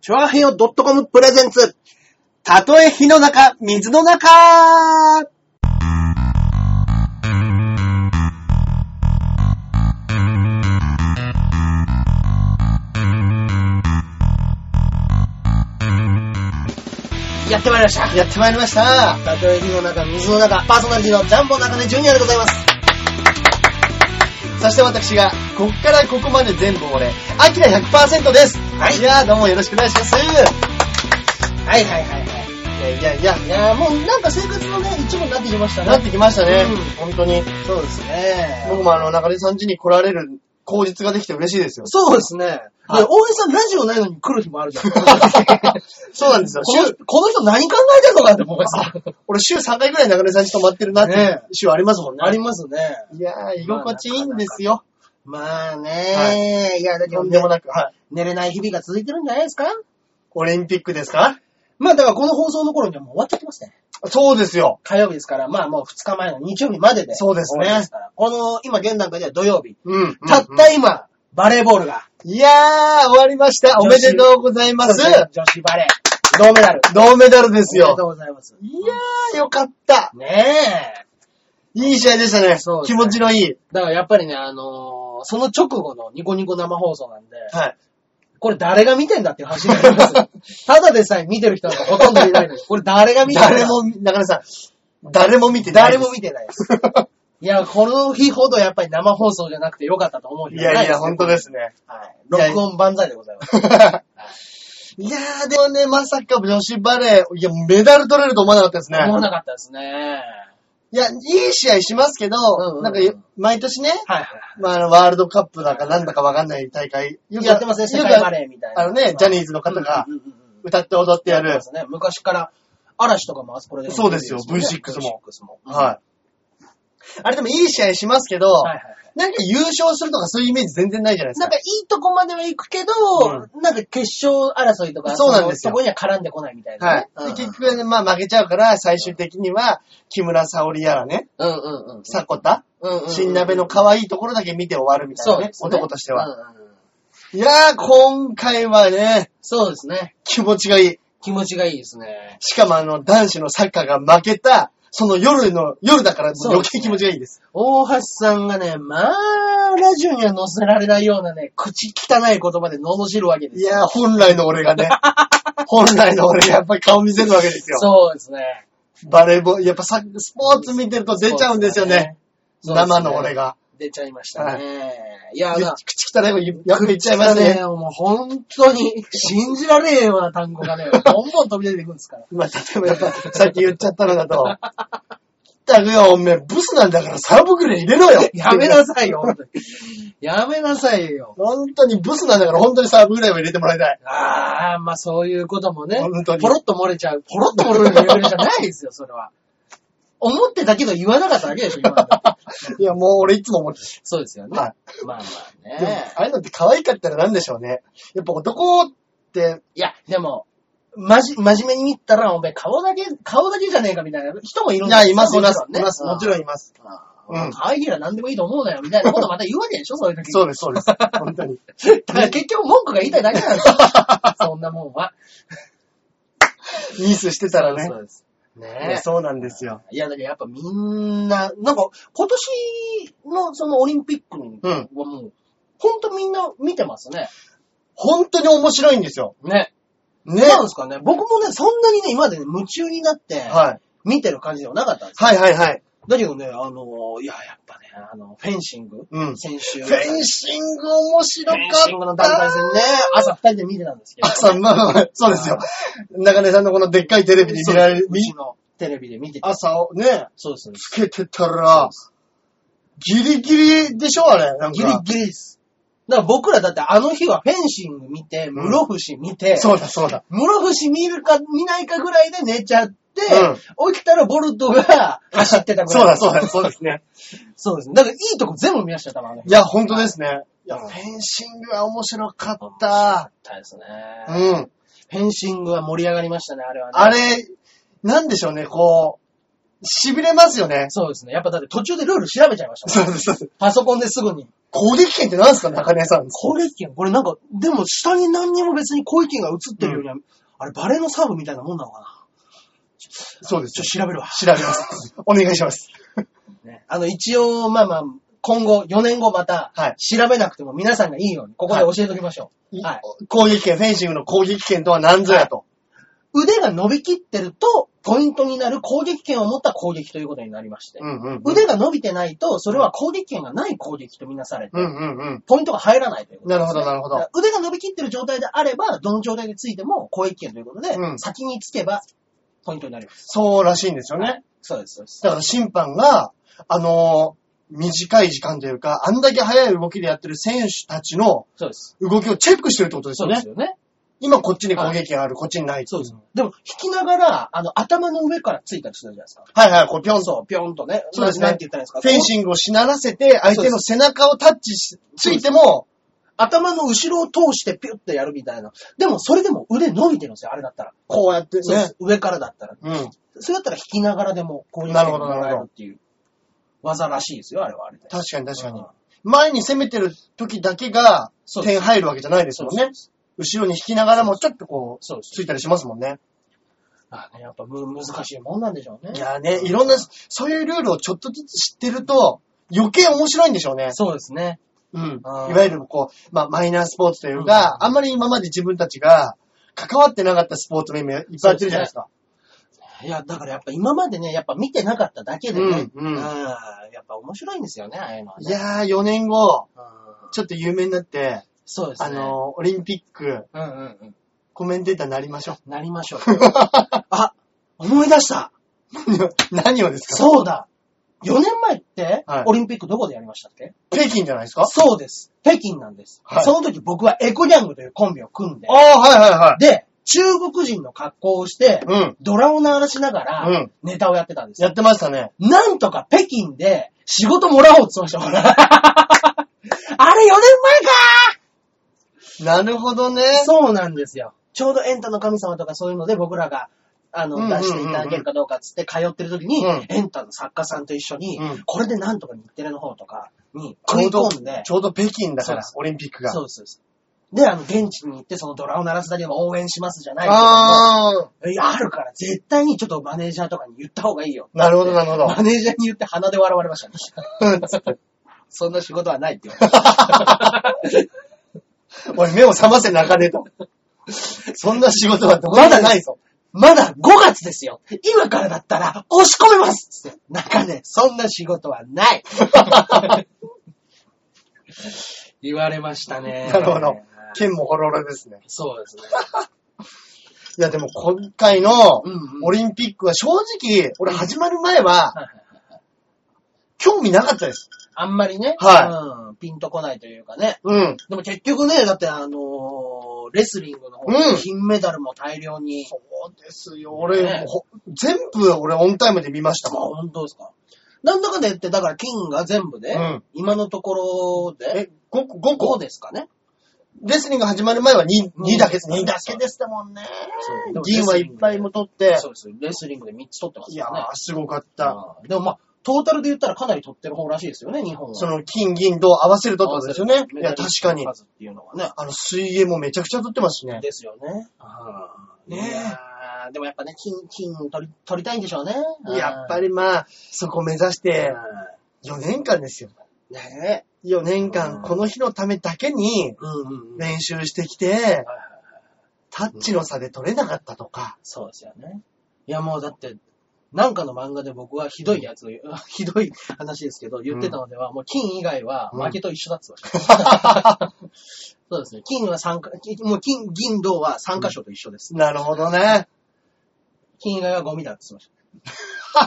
チョアヘヨ .com プレゼンツ。たとえ火の中、水の中やってまいりました。やってまいりました。たとえ火の中、水の中、パーソナリティのジャンボ中根ジュニアでございます。そして私が、こっからここまで全部俺、アキラ100%です。はいいやーどうもよろしくお願いします。はいはいはいはい。いやいやいいや、やーもうなんか生活のね、一部になってきましたね。なってきましたね。うん本当に。そうですね。僕もあの、中根さん家に来られる口実ができて嬉しいですよ。そうですね。はいで大江さんラジオないのに来る日もあるじゃん。こ そうなんですよ。の週、人この人何考えてるのかって思い ます。俺週3回ぐらい中根さん家泊まってるなっていうね週ありますもんね。ありますね。いやー、居心地いいんですよ。まあね、はいや、だけとどんでねもなく。はい。寝れない日々が続いてるんじゃないですかオリンピックですかまあだからこの放送の頃にはもう終わってきますね。そうですよ。火曜日ですから、まあもう2日前の日曜日までで。そうですね終わりから。この、今現段階では土曜日。うん。たった今、バレーボールが。いやー、終わりました。おめでとうございます。そうですね女子バレー。銅メダル。銅メダルですおめでとうよ。ございます。いやー、よかった。ねえ。いい試合でしたね。そうです気ね持ちのいい。だからやっぱりね、あのーその直後のニコニコ生放送なんで、はい。これ誰が見てんだっていう話になります よ。ただでさえ見てる人なんかほとんどいないのに、これ誰が見てんだ誰も、中根さん、誰も見てない。誰も見てないです。て。いや、この日ほどやっぱり生放送じゃなくてよかったと思ういやいや、本当でですね。す。はい。録音万歳でございます。いやー、でもね、 まさか女子バレー、いや、メダル取れると思わなかったですね。思わなかったですね。はいいや、いい試合しますけど、うんうんなんか、毎年ね、はいはい。まあ、あの、ワールドカップだかなんだかわかんない大会、よくやってますね、世界バレーみたいな。あのね、ジャニーズの方がうんうんうんうん歌って踊ってやる。そうですね。昔から、嵐とかもあそこで。そうですよ V6 も。はい。あれでもいい試合しますけど、はいはいはい。なんか優勝するとかそういうイメージ全然ないじゃないですなか。んかいいとこまでは行くけど、なんか決勝争いとか、そうなんですよそこには絡んでこないみたいな、はねい。。で結局ね、まあ負けちゃうから、最終的には、木村沙織やらね、うんうんうん。迫田、うんうん新鍋の可愛いところだけ見て終わるみたいそうなでね、すね男としては。うんうんうんいやー、今回はね、そうですね。気持ちがいい。気持ちがいいですね。しかもあの、男子のサッカーが負けた、その夜の、夜だからそう余です計ね気持ちがいいです。大橋さんがね、まあ、ラジオには載せられないようなね、口汚い言葉で罵るわけでいすよ。やー、本来の俺がね、 本来の俺がやっぱり顔見せるわけですよ。そうですね。バレーボール、やっぱサッスポーツ見てると出ちゃうんですよね。そうですね生の俺が。出ちゃいましたね。い、や、な口汚いことやっぱ言っちゃいますね。もう本当に、信じられねえような単語が ね、ボンボン飛び出てくるんですから。まあ、例えばやっぱ、さっき言っちゃったのだ と、ったくよ、おめえ、ブスなんだから皿袋に入れろよやめなさいよ、本当に。やめなさいよ。本当にブスなんだから、本当に皿袋には入れてもらいたい。ああ、まあそういうこともね。本当にポロッと漏れちゃう。ポロッと漏れるレベルじゃないですよ、それは。思ってたけど言わなかっただけでしょ、今まで。いや、もう俺いつも思ってそうですよね。はいまあまあでもね。ああいうのって可愛かったらなんでしょうね。やっぱ男って、いや、でも、まじ、真面目に見たら、おめえ顔だけ、顔だけじゃねえかみたいな人もいるんいだや、います、います、いねます。もちろんいます。ううん。んあいら何でもいいと思うなよ、みたいなことまた言うわけでしょ、そういう時。。そう うです、そうです。本当 に。だから結局文句が言いたいだけなん ですよ。そんなもんは。ミスしてたらね。そうです。いねやそうなんですよ。いや、だけどやっぱみんな、なんか、今年のそのオリンピックはもう、ほんとみんな見てますね。本当に面白いんですよ。ね。ね。なんですかね。僕もね、そんなにね、今までね、夢中になって、はい。見てる感じではなかったんですよはい、はい、はい。だけどね、あの、いや、やっぱね、あの、フェンシング、うん。フ先週。ェンシング面白かフェっンた。シングの団体戦ね、朝二人で見てたんですけど。朝、まあまあまあ、そうですよ。中根さんのこのでっかいテレビで見られる、うみちのテレビで見てて。朝をね、そうです。つけてたら、ギリギリでしょあれ。なんかギリギリです。だから僕らだってあの日はフェンシング見て、室伏見て、そうだ、そうだ。室伏見るか見ないかぐらいで寝ちゃって、起きたらボルト が走ってたぐらい。そうだ、そうだ、そうですね。そうですね。だからいいとこ全部見ましたよ、多分あの日いや、本当ですね。いや、うフんェンシングは面白かっあた。ったですね。うん。フェンシングは盛り上がりましたね、あれはね。あれ、なんでしょうね、こ痺れますよね。そうですね。やっぱだって途中でルール調べちゃいましたそも。うんです、そうです。パソコンですぐに。攻撃権って何ですか、中根さん。攻撃権これなんか、でも下に何にも別に攻撃権が映ってるようには、あれバレーのサーブみたいなもんなのかなそうですちょっと調べるわ。調べます。お願いします。ね、あの、一応、まあまあ、今後、4年後また、はい調べなくても皆さんがいいように、ここで教えておきましょう。はい。攻撃権、フェンシングの攻撃権とは何ぞやと。腕が伸びきってると、ポイントになる攻撃権を持った攻撃ということになりまして、うんうんうん。腕が伸びてないと、それは攻撃権がない攻撃とみなされて、うんうんうん。ポイントが入らないということなです、るほど、なるほだかど。ら腕が伸びきってる状態であれば、どの状態でついても攻撃権ということで、うん先につけば、ポイントになります。そうらしいんですよね。そうです、そうです。だから審判が、あのー短い時間というか、あんだけ速い動きでやってる選手たちのそうです。動きをチェックしてるってことですそようでねす。よね。今こっちに攻撃がある、こっちにない。そうです。でも、引きながら、あの、頭の上からついたりするじゃないですか。はいはい、こう、ぴょんと。そう、ぴょんとね。そうですねななんて言ったらいいですか。フェンシングをしならせて、相手の背中をタッチし、ついても、頭の後ろを通してピュッとやるみたいな。でも、それでも腕伸びてるんですよ、あれだったら。こうやってそうでねす。上からだったら。うん。それだったら引きながらでも、こういうなるほどもらえるっていう技らしいですよ、あれはあれで。確かに確かにうん。前に攻めてる時だけがそうです点入るわけじゃないですもんね。後ろに引きながらもちょっとこう、そうです。ついたりしますもんね。あね、やっぱむ難しいもんなんでしょうね。いやーね、いろんな、そういうルールをちょっとずつ知ってると、余計面白いんでしょうね。そうですね。うんあ。ーいわゆるこう、まあ、マイナースポーツといううか、んあんまり今まで自分たちが関わってなかったスポーツの今いっぱいやってるじゃないですか。いや、だからやっぱ今までね、やっぱ見てなかっただけでね。うんうんあーやっぱ面白いんですよね、ああいうのはいね。やー、4年後、うんちょっと有名になって、そうですね。あのー、オリンピック、うんうんうん。コメンテーターになりましょなりましょう。 あ、思い出した。う。 何をですかそうだ。4年前って、はいオリンピックどこでやりましたっけ北京じゃないですかそうです。北京なんです、はいその時僕はエコギャングというコンビを組んであ、あ、はいはいはい。で、中国人の格好をして、うん。ドラを鳴らしながら、うんネタをやってたんですよやってましたね。なんとか北京で仕事もらおうって言ってましたから。 あれ4年なるほどね。前かそうなんですよ。ちょうどエンタの神様とかそういうので僕らが、あの、うんうんうんうん出していただけるかどうかっつって通ってる時に、うんエンタの作家さんと一緒に、うんこれでなんとか日テレの方とかにち食いょうど、込んで、ちょうど北京だからそうです、オリンピックが。そうです、そうです。で、あの、現地に行ってそのドラを鳴らすだけでも応援しますじゃないけどもああ、いや、あるから、絶対にちょっとマネージャーとかに言った方がいいよ。なるほどなるほ どマネージャーに言って鼻で笑われましたね。 そんな仕事はないって言われた。俺目を覚ませ中 根と。そんな仕事はどこにもないぞ。まだ5月ですよ。今からだったら押し込めますつってなんかね、そんな仕事はない 言われましたね。なるほど。剣もホロロですね。そうですね。いやでも今回のうんうんオリンピックは正直、俺始まる前 ははいはい、興味なかったです。あんまりね、はうん、ピンとこないというかね。うん。でも結局ね、だってあのーレスリングの方うでん金メダルも大量に。そうですよ。俺、ねほ全部俺オンタイムで見ましたあ、もん。本当ですか。なんだかんだ言って、だから金が全部で、うん今のところで、え、5個、5 5個ですかね。レスリング始まる前は 2, うん2だけです。うん2だけでしたもんねそうでも。銀はいっぱいも取って。そうです。レスリングで3つ取ってますいかやらねー、。すごかった。うんでもまあ、トータルで言ったらかなり取ってる方らしいですよね、日本は。その金、銀、銅合わせるとってことですよね。いメダや、リ確ストかのに。数っていうのはね。あの、水泳もめちゃくちゃ取ってますしね。ですよね。うんねえいやーでもやっぱね、金、金取り、取りたいんでしょうね。やっぱり。りまあ、そこ目指してう4年間ですよ。んねえ。 4年うん間この日のためだけにうんうんうん。練習してきてはい、タッチの差で取れなかったとか。そうですよね。いや、もうだって、なんかの漫画で僕はひどいやつを、ひどい話ですけど、言ってたのでは、もう金以外は負けと一緒だっつってました。そうですね。金は三か、もう金、銀、銅は3箇所と一緒です。なるほどね。金以外はゴミだっつってまし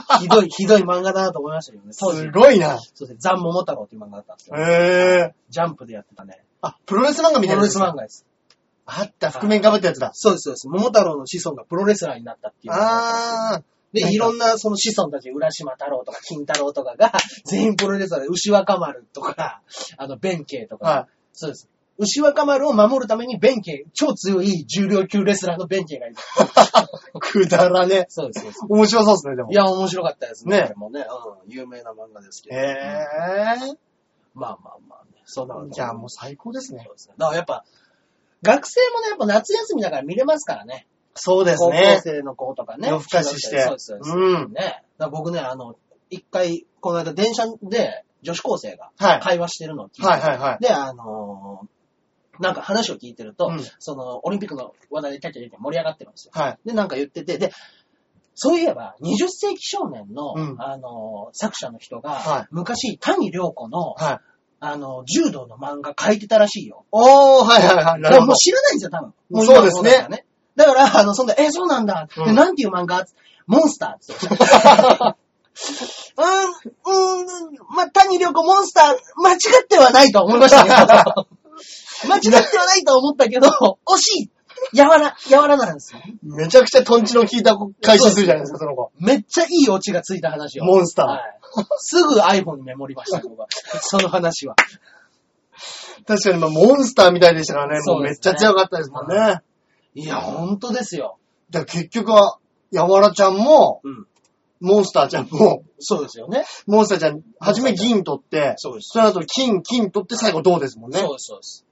た。ひどい、ひどい漫画だなと思いましたけどね。当時すごいな。そうですね。ザンモモ太郎っていう漫画だったんですけど、へえ。ジャンプでやってたね。あ、プロレス漫画プみたいロなレやスつ。漫画です。あった、覆面かぶったやつだ。そうです、そうです。桃太郎の子孫がプロレスラーになったっていう。あなんで、かいろんなその子孫たち、浦島太郎とか金太郎 とかが、全員プロレスラーで、牛若丸とか、あの、弁慶とか、はいそうです。牛若丸を守るために弁慶、超強い重量級レスラーの弁慶がいる。くだらね。そう です、そうです。面白そうですね、でもい。や、面白かったですね。ねこれもね、うん、有名な漫画ですけど。ええまあまあまあね。そんなわけじゃあもう最高ですねそ。うですね。だからやっぱ、学生もね、やっぱ夏休みだから見れますからね。そうです高校ね。生の子とかね。夜更かししてそうです、そうです。うん。ね。だから僕ね、あの、一回、この間電車で女子高生がはい。会話してるのを聞いて、はいはいはい。で、あのーなんか話を聞いてると、うんその、オリンピックの話題でキャッキャキャッキャ盛り上がってるんですよ。はい。で、なんか言ってて、で、そういえば、20世紀少年の、うんあのー作者の人が、はい昔、谷良子の、はい。あの、柔道の漫画書いてたらしいよ。おー、はいはいはい。なだかるらほもどう。知らないんですよ、多分。もうそうですねだからね。だから、 あの、そんで、え、そうなんだ。うんで、なんていう漫画モンスターって言ってま した。うん、うん、まあ、谷良子モンスター、間違ってはないとは思いま したけど、間違ってはないとは思ったけど、惜しいやわら、やわらなんですよ。めちゃくちゃトンチの効いた会社するじゃないですか、その子。めっちゃいいオチがついた話を。モンスターはいすぐ iPhone にメモりました、僕は。その話は。確かに、まあ、モンスターみたいでしたからね。もそううめでっすちねゃ強かったですもんね。だかいや、ほんとですよ。ら結局は、やわらちゃんも、うん。モンスターちゃんも、そうですよね。モンスターちゃん、はじめ銀取って、そうです。その後金、金取って最後銅ですもんねそ。うです、そうです。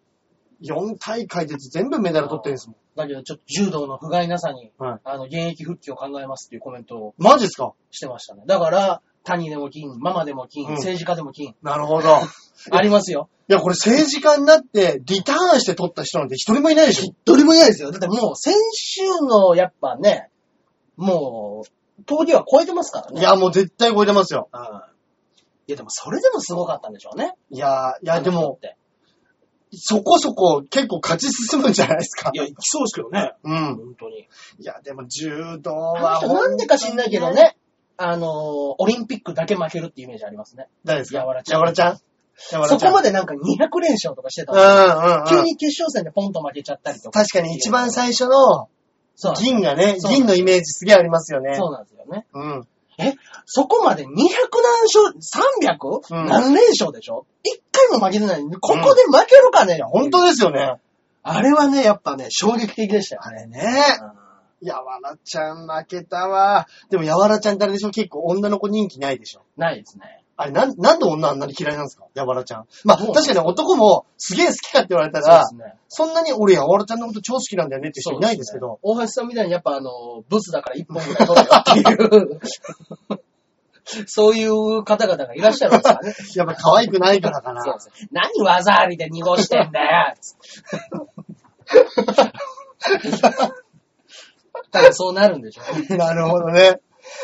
4大会で全部メダル取ってるんですもん。だけど、ちょっと柔道の不甲斐なさに、はいあの、現役復帰を考えますっていうコメントをマジですかしてましたね。だから、谷でも金、ママでも金、うん政治家でも金、なるほど。ありますよ。いや、これ政治家になって、リターンして取った人なんて一人もいないでしょ。どれもいないですよ。だってもう、先週の、やっぱね、もう、峠は超えてますからね。いや、もう絶対超えてますよ。うん。いや、でも、それでもすごかったんでしょうね。いやー、いいや、でも、って。そこそこ結構勝ち進むんじゃないですかい。や、行きそうですけどね。うん。本当に。いや、でも柔道あはの人、なんでか知んないけど。ね、あのー、オリンピックだけ負けるっていうイメージありますね。誰ですかやわらちゃんやわらちゃんやわらちそゃん。こまでなんか200連勝とかしてたのうんうんうん。急に決勝戦でポンと負けちゃったりとか。確かに一番最初のそう銀がね、そう銀のイメージすげえありますよね。そうなんですよね。うん。そこまで200何勝、300、うん何連勝でしょ一回も負けてないのにここで負けるかね、本当ですよね。あれはね、やっぱね、衝撃的でしたよ。あれね。うんやわらちゃん負けたわ。でもやわらちゃんってあれでしょ結構女の子人気ないでしょないですね。あれ、なん、なんで女あんなに嫌いなんですかやわらちゃん。まあ、そう確かに男もすげえ好きかって言われたそうでら、すそね。んなに俺やわらちゃんのこと超好きなんだよねって人いないですけど。そうですね大橋さんみたいにやっぱあの、ブスだから一本ぐらい取れよ っていう。そういう方々がいらっしゃるんですからね。やっぱ可愛くないからかな。そうですね何技ありで濁してんだよつって多分そうなるんでしょうね。なるほどね。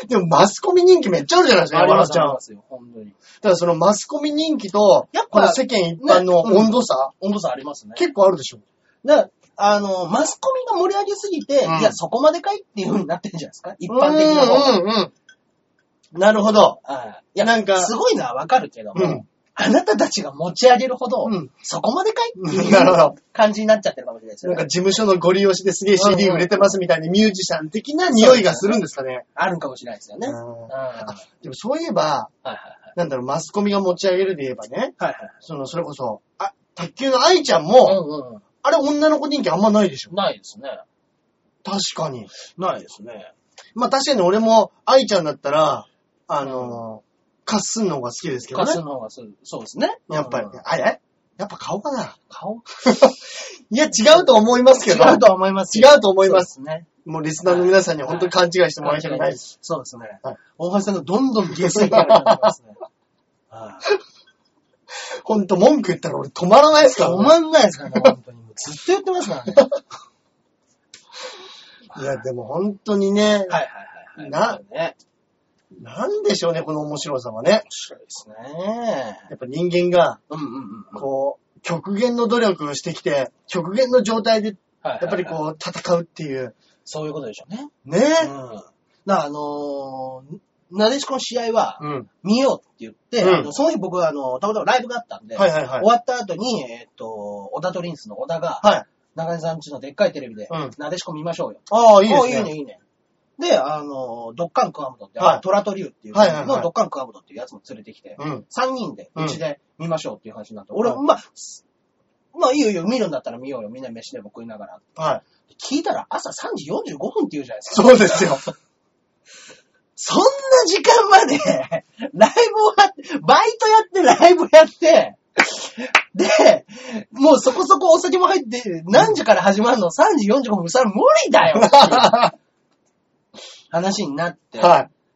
でもマスコミ人気めっちゃあるじゃないですか、山田ちゃん。ありだますよ、本当に。からそのマスコミ人気と、やっぱこの世間一般のねうん温度差、温度差ありますね。結構あるでしょ。だからあの、マスコミが盛り上げすぎて、うんいや、そこまでかいっていう風になってるんじゃないですか一般的な方が。うんうんうん。なるほど。はいいや、なんかすごいのはわかるけども、うんあなたたちが持ち上げるほど、うんそこまでかいっていなるほうど感じになっちゃってるかもしれないですなよんかね。事務所のご利用しですげえうんうん CD 売れてますみたいにミュージシャン的な匂いがするんですかね。あるかもしれないですよね。うんうんはでもそういえば、いはいはい。なんだろう、マスコミが持ち上げるで言えばね、はいはい。その、それこそ、あ、卓球の愛ちゃんも、うんうあれ女の子人気あんまないでしょん。。ないですね。確かに。ないですね。まあ確かに俺も、愛ちゃんだったら、あのー、カッスンの方が好きですけどガねス。の方がそうそうですね。やっぱうりん。あれやっぱ顔か な顔いや、違うと思いますけど。違うとは思います違よ。うと思います。そうですね。もうリスナーの皆さんには本当に勘違いしてもらいたくないです。そうですねはい。大橋さんがどんどんゲスになりますね。 ああ 本当文句言ったら俺止まらないですから、止まんないですからね、本当に。ずっと言ってますからね。はい や、でも本当にね、いはいはい。なね。なんでしょうね、この面白さはね。面白いですね。やっぱ人間が、うんうんうん。こう、極限の努力をしてきて、極限の状態で、はいはいはいやっぱりこう、戦うっていう。そういうことでしょうね。ねうん。だからあのー、なでしこの試合はうん。見ようって言って、うんあのその日僕はあの、たまたまライブがあったんで、はいはいはい終わった後に、えーっと、小田とリンスの小田が、はい。中根さんちのでっかいテレビでうん、なでしこ見ましょうよ。ああ、いいですね。おいいね、いいね。で、あの、ドッカンクアムドって、はいトラトリューっていう、はいはいはいのドッカンクアムドっていうやつも連れてきて、うん。 3人で、うんうちで見ましょうっていう話になって、俺、はいまあ、すまあいいよいいよ、見るんだったら見ようよ。みんな飯でも食いながら。はい。聞いたら朝3時45分って言うじゃないですか。そうですよ。 そんな時間まで、 ライブをやって、バイトやって、ライブやって、で、もうそこそこお酒も入って、何時から始まるの ?3 時45分、それ無理だよは 話になって。い。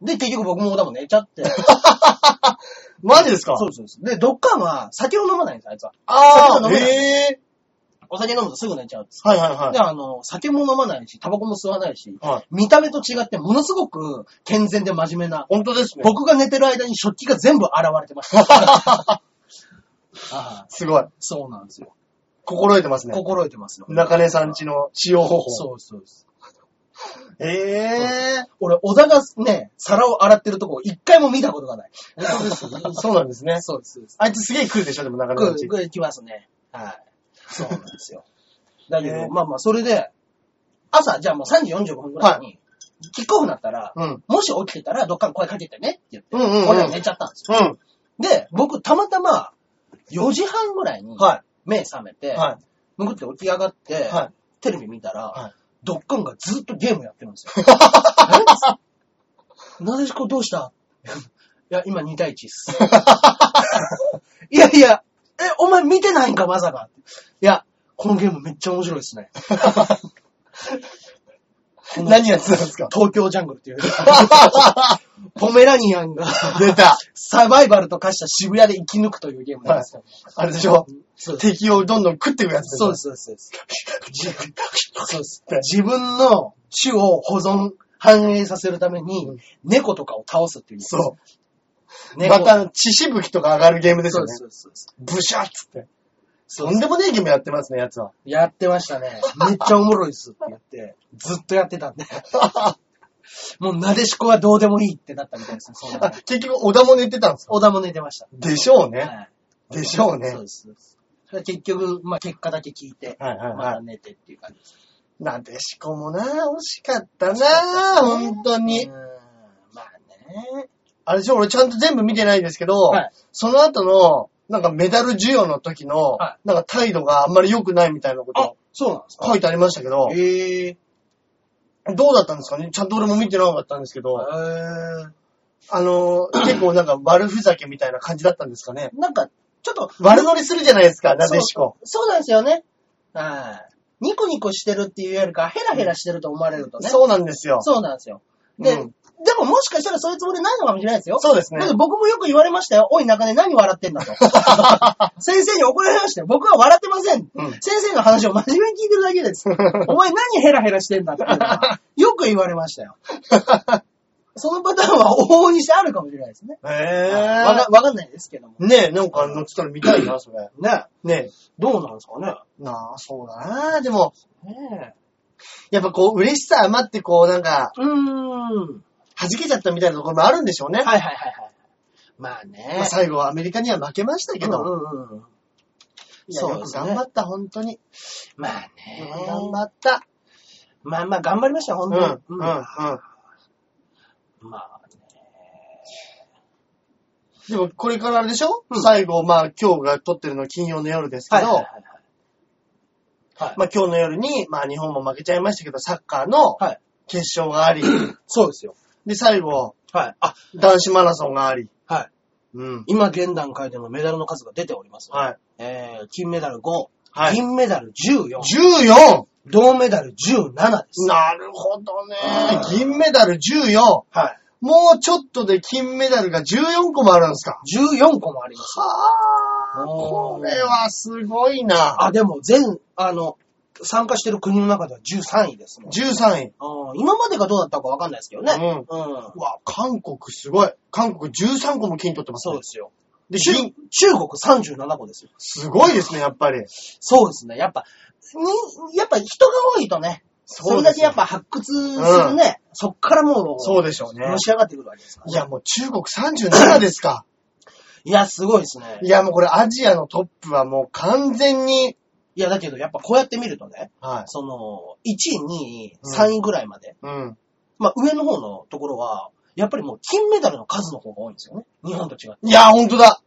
で、結局僕も多分寝ちゃって。マジですかそうですそうです。で、ドッカンは酒を飲まないんです、あいつは。あそあ、れが飲めないへえ。お酒飲むとすぐ寝ちゃうんです。はいはいはいで、。あの、酒も飲まないし、タバコも吸わないし、はい見た目と違ってものすごく健全で真面目な、本当ですね。僕が寝てる間に食器が全部現れてま した。はいすごい。そうなんですよ。心得てますね。心得てますよ。中根さんちの使用方法。そうですそうです。ええ俺、小田がね、皿を洗ってるとこを一回も見たことがない。 ー。そうなんですね。そうです、そうです。あいつすげえ食うでしょ、でも中根ぐさんち。ぐ来ますね。はい。そうなんですよ。だけえど、ーまあまあ、それで、朝、じゃあもう3時45分ぐらいに、キックオフになったら、うん。もし起きてたら、どっかに声かけてねって言って、うんうんうん俺は寝ちゃったんですうん。よ。で、僕、たまたま、4時半ぐらいに、は目覚めて、い。はむくって起き上がって、はいテレビ見たら、はいドッカンがずっとゲームやってるんです よ。えなでしこどうしたいや、今2対1っす。 いやいや、え、お前見てないんか、まさか。いや、このゲームめっちゃ面白いですね。 い。何やってたんですか東京ジャングルっていう。 ポメラニアンが 出た。サバイバルと化した渋谷で生き抜くというゲームなんですよ。あれでしょそうです。敵をどんどん食っていくやつ。そうですす、そうです。そうです。自分の種を保存、繁栄させるために、猫とかを倒すっていう。。そうう。猫また、血しぶきとか上がるゲームですそうよでねす、。そうですそうです。ブシャッつって。そうとですんでもねえゲームやってますね、やつは。やってましたね。めっちゃおもろいっすって言って、ずっとやってたん で。もう、なでしこはどうでもいいってなったみたいですね。そうなんあ、 です。結局、小田も寝てたんですか小田も寝てました。でしょうね。はでしょうい。ねそう。です。そうですそれ結局、まあ、結果だけ聞いて、はいはいはいまた寝てっていう感じです。なでしこもな、惜しかったな、本当にう。んまあね。あれでしょ、俺ちゃんと全部見てないんですけど、はいその後の、なんかメダル授与の時の、はなんか態度があんまり良くないみたいなこあと、そうなんですか書いてありましたけど、へえ。どうだったんですかねちゃんと俺も見てなかったんですけど、へえ。あのー、結構なんか悪ふざけみたいな感じだったんですかねなんか、ちょっと、悪乗りするじゃないですか、なでしこ。そうなんですよね。はい。ニコニコしてるっていうよりか、ヘラヘラしてると思われるとね。そうなんですよ。そうなんですよ。で、うんでももしかしたらそういうつもりないのかもしれないですよ。そうですねだって僕もよく言われましたよ。おい、中根何笑ってん だと。先生に怒られましたよ。僕は笑ってません。うん先生の話を真面目に聞いてるだけです。 お前何ヘラヘラしてんだっていうのはよく言われま したよ。そのパターンは往々にしてあるかもしれないですね。へわかえ。わかんないですけども。ねえ、なんか乗ってたら見たいな、それ。ねねどうなんですかね。え。なあ、そうだな。でも、ねえ。やっぱこう、嬉しさ余ってこう、なんか、うーん。弾けちゃったみたいなところもあるんでしょうね。はいはいはいはい。まあね。まあ最後はアメリカには負けましたけど、うんうんうん、いやよく頑張った、本当に。まあよねく。頑張った。まあまあ頑張りました、う本ん、うん、当に。うん。まあね。でも、これからあれでしょ、最後、まあ、今日が撮ってるの金曜の夜ですけはいど、はいはいはい。まあ、今日の夜に、まあ、日本も負けちゃいましたけど、サッカーのはい決勝があ り、そうですよ。で、最後、はい。あ、男子マラソンがあり、はい。うん。今現段階でのメダルの数が出ております。はい。えー、金メダル5、はい銀メダル14、 14! 銅メダル17です。なるほどね。銀メダル14。はもうちょっとで金メダルが14個もあるんですかい。14個もあります。はあ、おーこれはすごいな。あ、でも全、あの、参加してる国の中では13位ですもん。 13位。うん今までがどうだったかわかんないですけどね。ううんうわ、韓国すごい。韓国13個も金取ってます、そうねで。すよ。で、中銀、中国37個ですよ。すごいですね、やっぱり。そうですね。やっぱ、に、やっぱ人が多いとね、そそれうですよだけやっぱ発掘するね、そっからもう、そうでしょうねのし上がってくるわけですから、いね。や、もう中国37ですか。いや、すごいですねい。や、もうこれアジアのトップはもう完全に、いや、だけどやっぱこうやって見るとね、はい。その、1位、2位、3位ぐらいまで、うん。まあ上の方のところは、やっぱりもう金メダルの数の方が多いんですよね。日本と違って。いや、ほんとだ。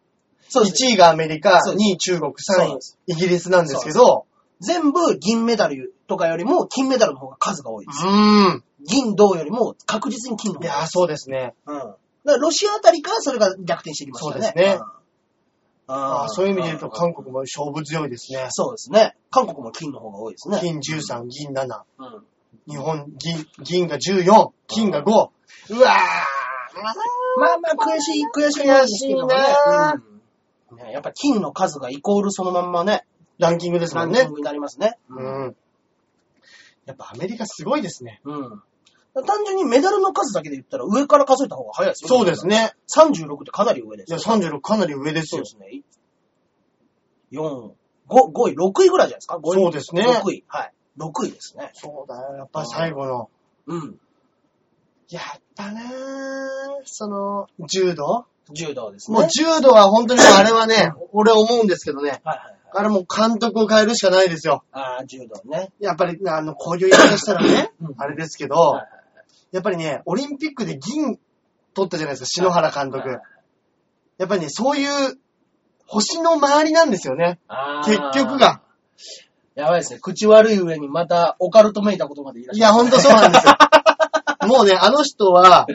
そうです。 1位がアメリカ、そう2です位中国、そうなん3で位すイギリスなんですけど、全部銀メダルとかよりも金メダルの方が数が多いうです。ーん。銀、銅よりも確実に金のい方やがー、そうですね。うん。だからロシアあたりからそれが逆転してきましたね。そうですねん。ああーーそういう意味で言うと、ん韓国も勝負強いですね。そうですね。韓国も金の方が多いですね。金13、銀7。うん。日本、銀、銀が14、金が5。うわーまあまあ悔しい、悔しいなんですけどもね。うんねやっぱ金の数がイコールそのまんまね、ランキングですもラんンキねン。グになりますね。うん。やっぱアメリカすごいですね。うん。単純にメダルの数だけで言ったら上から数えた方が早いですよそうです。ね。 36ってかなり上でいすや、よ。 36かなり上ですそうよで。すね。4、5、5位、6位ぐらいじゃないですか ?5 位。そうですね6位。はい。6位ですね。そうだよ。やっぱ最後の。うん。やったなーその、柔道柔道ですね。もう柔道は本当にもうあれはね、俺思うんですけどね。はいはいはい。あれもう監督を変えるしかないですよ。ああ、柔道ね。やっぱり、あの、こういう言い方したらねうん、あれですけはいどは、やっぱりね、オリンピックで銀取ったじゃないですか、篠原監いはい督。やっぱりね、そういう星の周りなんですよね。あー結局が。。やばいですね。口悪い上にまたオカルトめいたことまで言い出いしや、ほんとそうなんですよ。もうね、あの人は、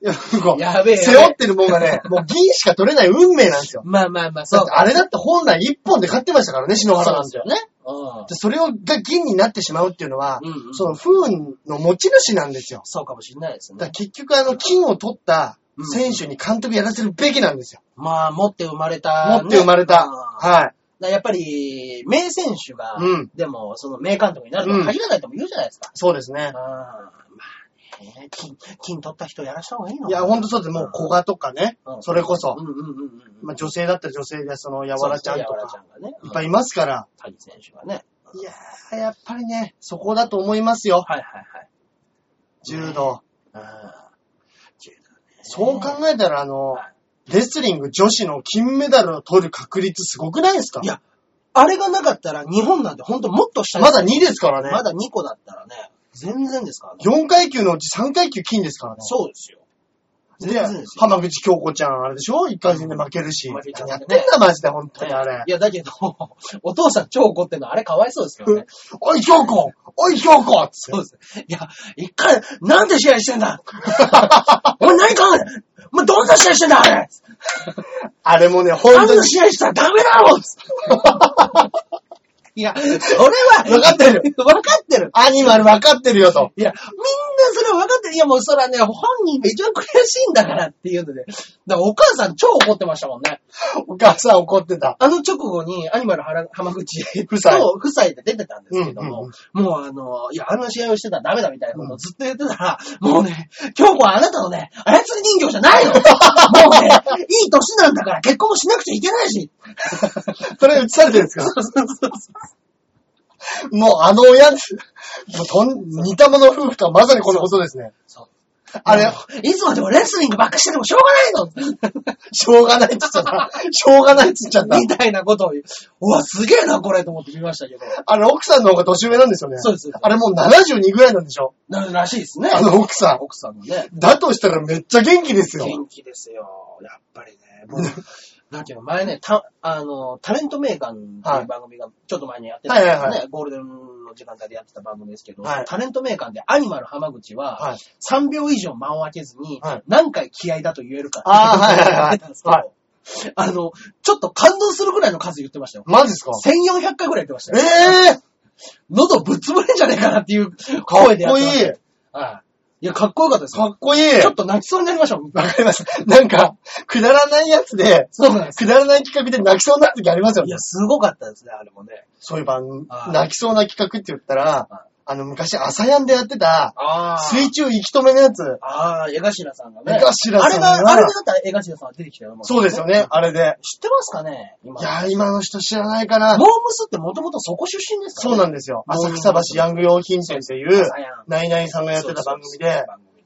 いやこうやべえやべえ背負ってるもんがね、もう銀しか取れない運命なんです よ。まあまあまあ、だそっうてか。あれだって本来一本で勝ってましたからね、篠原なんて。ね。うんで。それをが銀になってしまうっていうのは、うんうんその不運の持ち主なんですよ。そうかもしれないですだからね。結局あの金を取った選手に監督やらせるべきなんですよ。まあ、持って生まれた、ね。持って生まれた。うんはい。だからやっぱり、名選手が、うんでも、その名監督になるとは限らないとも言うじゃないですか。そうですねうん、。まあね、金、金取った人やらした方がいいのいや、ほんとそうです。もう古賀とかねう。んそれこそう。んうんうんうん。まあ、女性だったら女性で、その、やわらちゃんとそうですねやわか、らちゃんがね。いっぱいいいますから。谷選手がね。いやー、やっぱりね、そこだと思いますよ。はいは柔道。いはい。そう考えたら、あのは、レスリング女子の金メダルを取る確率すごくないですかいや、あれがなかったら日本なんてほんともっと下にまだ2ですからね。まだ2個だったらね、全然ですからね。 4階級のうち3階級金ですからね。そうですよ。全で然です、よ。浜口京子ちゃん、あれでしょ ?1 回戦で負けるし。負けちゃう何ねやってんだ、マジで、本当にあれい。や、だけど、お父さん超怒ってんの、あれかわいそうですけどね。おい、京子おい、京子つそうです。いや、一回、なんで試合してん だお前何考えてお前どんな試合してんだあれあれもね、本あん当にな。試合したらダメだろっつって いや、それは、わかってる。わかってる。アニマル分かってるよと。いや、みんなそれは分かってる。いや、もうそれはね、本人が一番悔しいんだからっていうので。だからお母さん超怒ってましたもんね。お母さん怒ってた。あの直後にアニマル原浜口 夫妻と夫妻で出てたんですけどうんも、もうあの、いや、あんな試合をしてたらダメだみたいなことをずっと言ってたら、もうね、今日はあなたのね、操り人形じゃない のもうね、いい年なんだから結婚もしなくちゃいけないし。それ映されてるんですかもうあの親、もうとん似た者夫婦とはまさにこのことですね。そう あれ、いつまでもレスリングばっかしててもしょうがないのしょうがないっつっちゃった。しょうがないっつっちゃ ったみ。たいなことを言う。うわ、すげえな、これと思って見ましたけど。あれ、奥さんの方が年上なんですよね。そうですそうですあれもう72ぐらいなんでしょなるらしいですね。あの奥さん。奥さんのね。だとしたらめっちゃ元気ですよ。元気ですよ。やっぱりね。僕、 なんていうの、前ね、た、あの、タレント名鑑っていう番組がちょっと前にやってたんですけどね、はいはいゴールデンの時間帯でやってた番組ですけど、はいタレント名鑑でアニマル浜口は、はい。 3秒以上間を空けずにはい、何回気合だと言えるかってあーはいはいはいやってたんですけはいど、あの、ちょっと感動するぐらいの数言ってましたよ。マジですか1400回ぐらい言ってましたよ。ええ喉ぶっ潰れんじゃねえかなっていうかっこ声いでやってましたいよ。。はい。いや、かっこよかったですよかっこいい。ちょっと泣きそうになりましたもん。わかります。なんか、くだらないやつで、そうなんです。くだらない企画で泣きそうになる時ありますよ いねや、。すごかったですね、あれもね。そういえはば、い泣きそうな企画って言ったらは、あの、昔、朝やんでやってた、ああ。水中息止めのやつ。ああ、江頭さんがね。江頭さんがあれが、あれだったら江頭さんは出てきたよ。もそうですよ。ね、あれで。知ってますかね今。いやー、今の人知らないかなモ。ームスってもともとそこ出身ですからそうね。なんですよ。浅草橋ヤング用品店っていう朝やん、ナイナイさんがやってた番組で、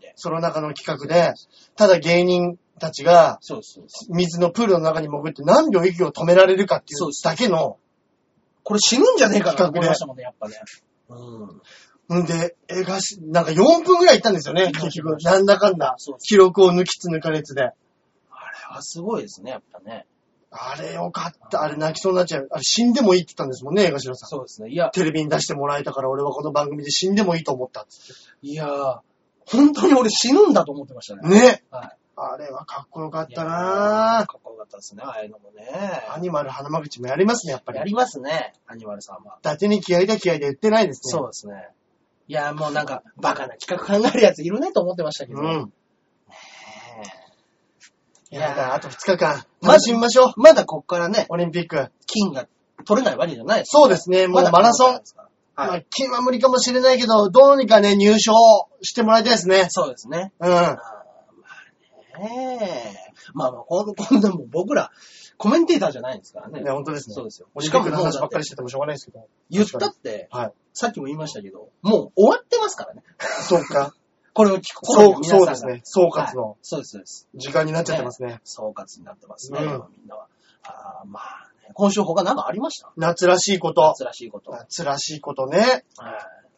で。その中の企画で、ただ芸人たちが、そうですそうです。水のプールの中に潜って何秒息を止められるかっていそううですだけの、これ死ぬんじゃねえかなと企画で思いましたもんね、やっぱね。うん。んで、映画し、なんか4分くらい行ったんですよね、結局。なんだかんだそうで、す記録を抜きつ抜かれつで。あれはすごいですね、やっぱね。あれよかった。あれ泣きそうになっちゃう。あれ死んでもいいって言ったんですもんね、江頭さん。そうですね。いや、テレビに出してもらえたから俺はこの番組で死んでもいいと思ったっつっいやー、本当に俺死ぬんだと思ってましたて。ね。ね。はあれはかっこよかっい。たいやーなぁ。かっこよかったですね、ああいうのもね。アニマル花間口もやりますね、やっぱりや。りますね、アニマルさんは。伊達に気合だ気合で言ってないですね。そうですね。いやー、もうなんか、バカな企画考えるやついるねと思ってましたけど。うねん。えいいや、やだからあと2日間、ま楽ずしみましょう。まだこっからね、オリンピック。金が取れないわけじゃないですそうですね、もうマラソン。。はいまあ、金は無理かもしれないけど、どうにかね、入賞してもらいたいですね。そうですね。うんあ。ーまあね。まあまあ、ほん、ほんでもう僕ら、コメンテーターじゃないですからね。ね、本当ですね。そうですよ。オリンピックのもうだ話ばっかりしててもしょうがないですけど。言ったって、はい。さっきも言いましたけど、もう終わってますからね。 そうか。これを聞く頃にそ皆さんう、そうがですね。総はい括のそうです、そうです。時間になっちゃってますね。総括になってますね、うん今みんなは。あーまあね、今週他何かありました夏らしいこと。夏らしいこと。夏らしいことね。はい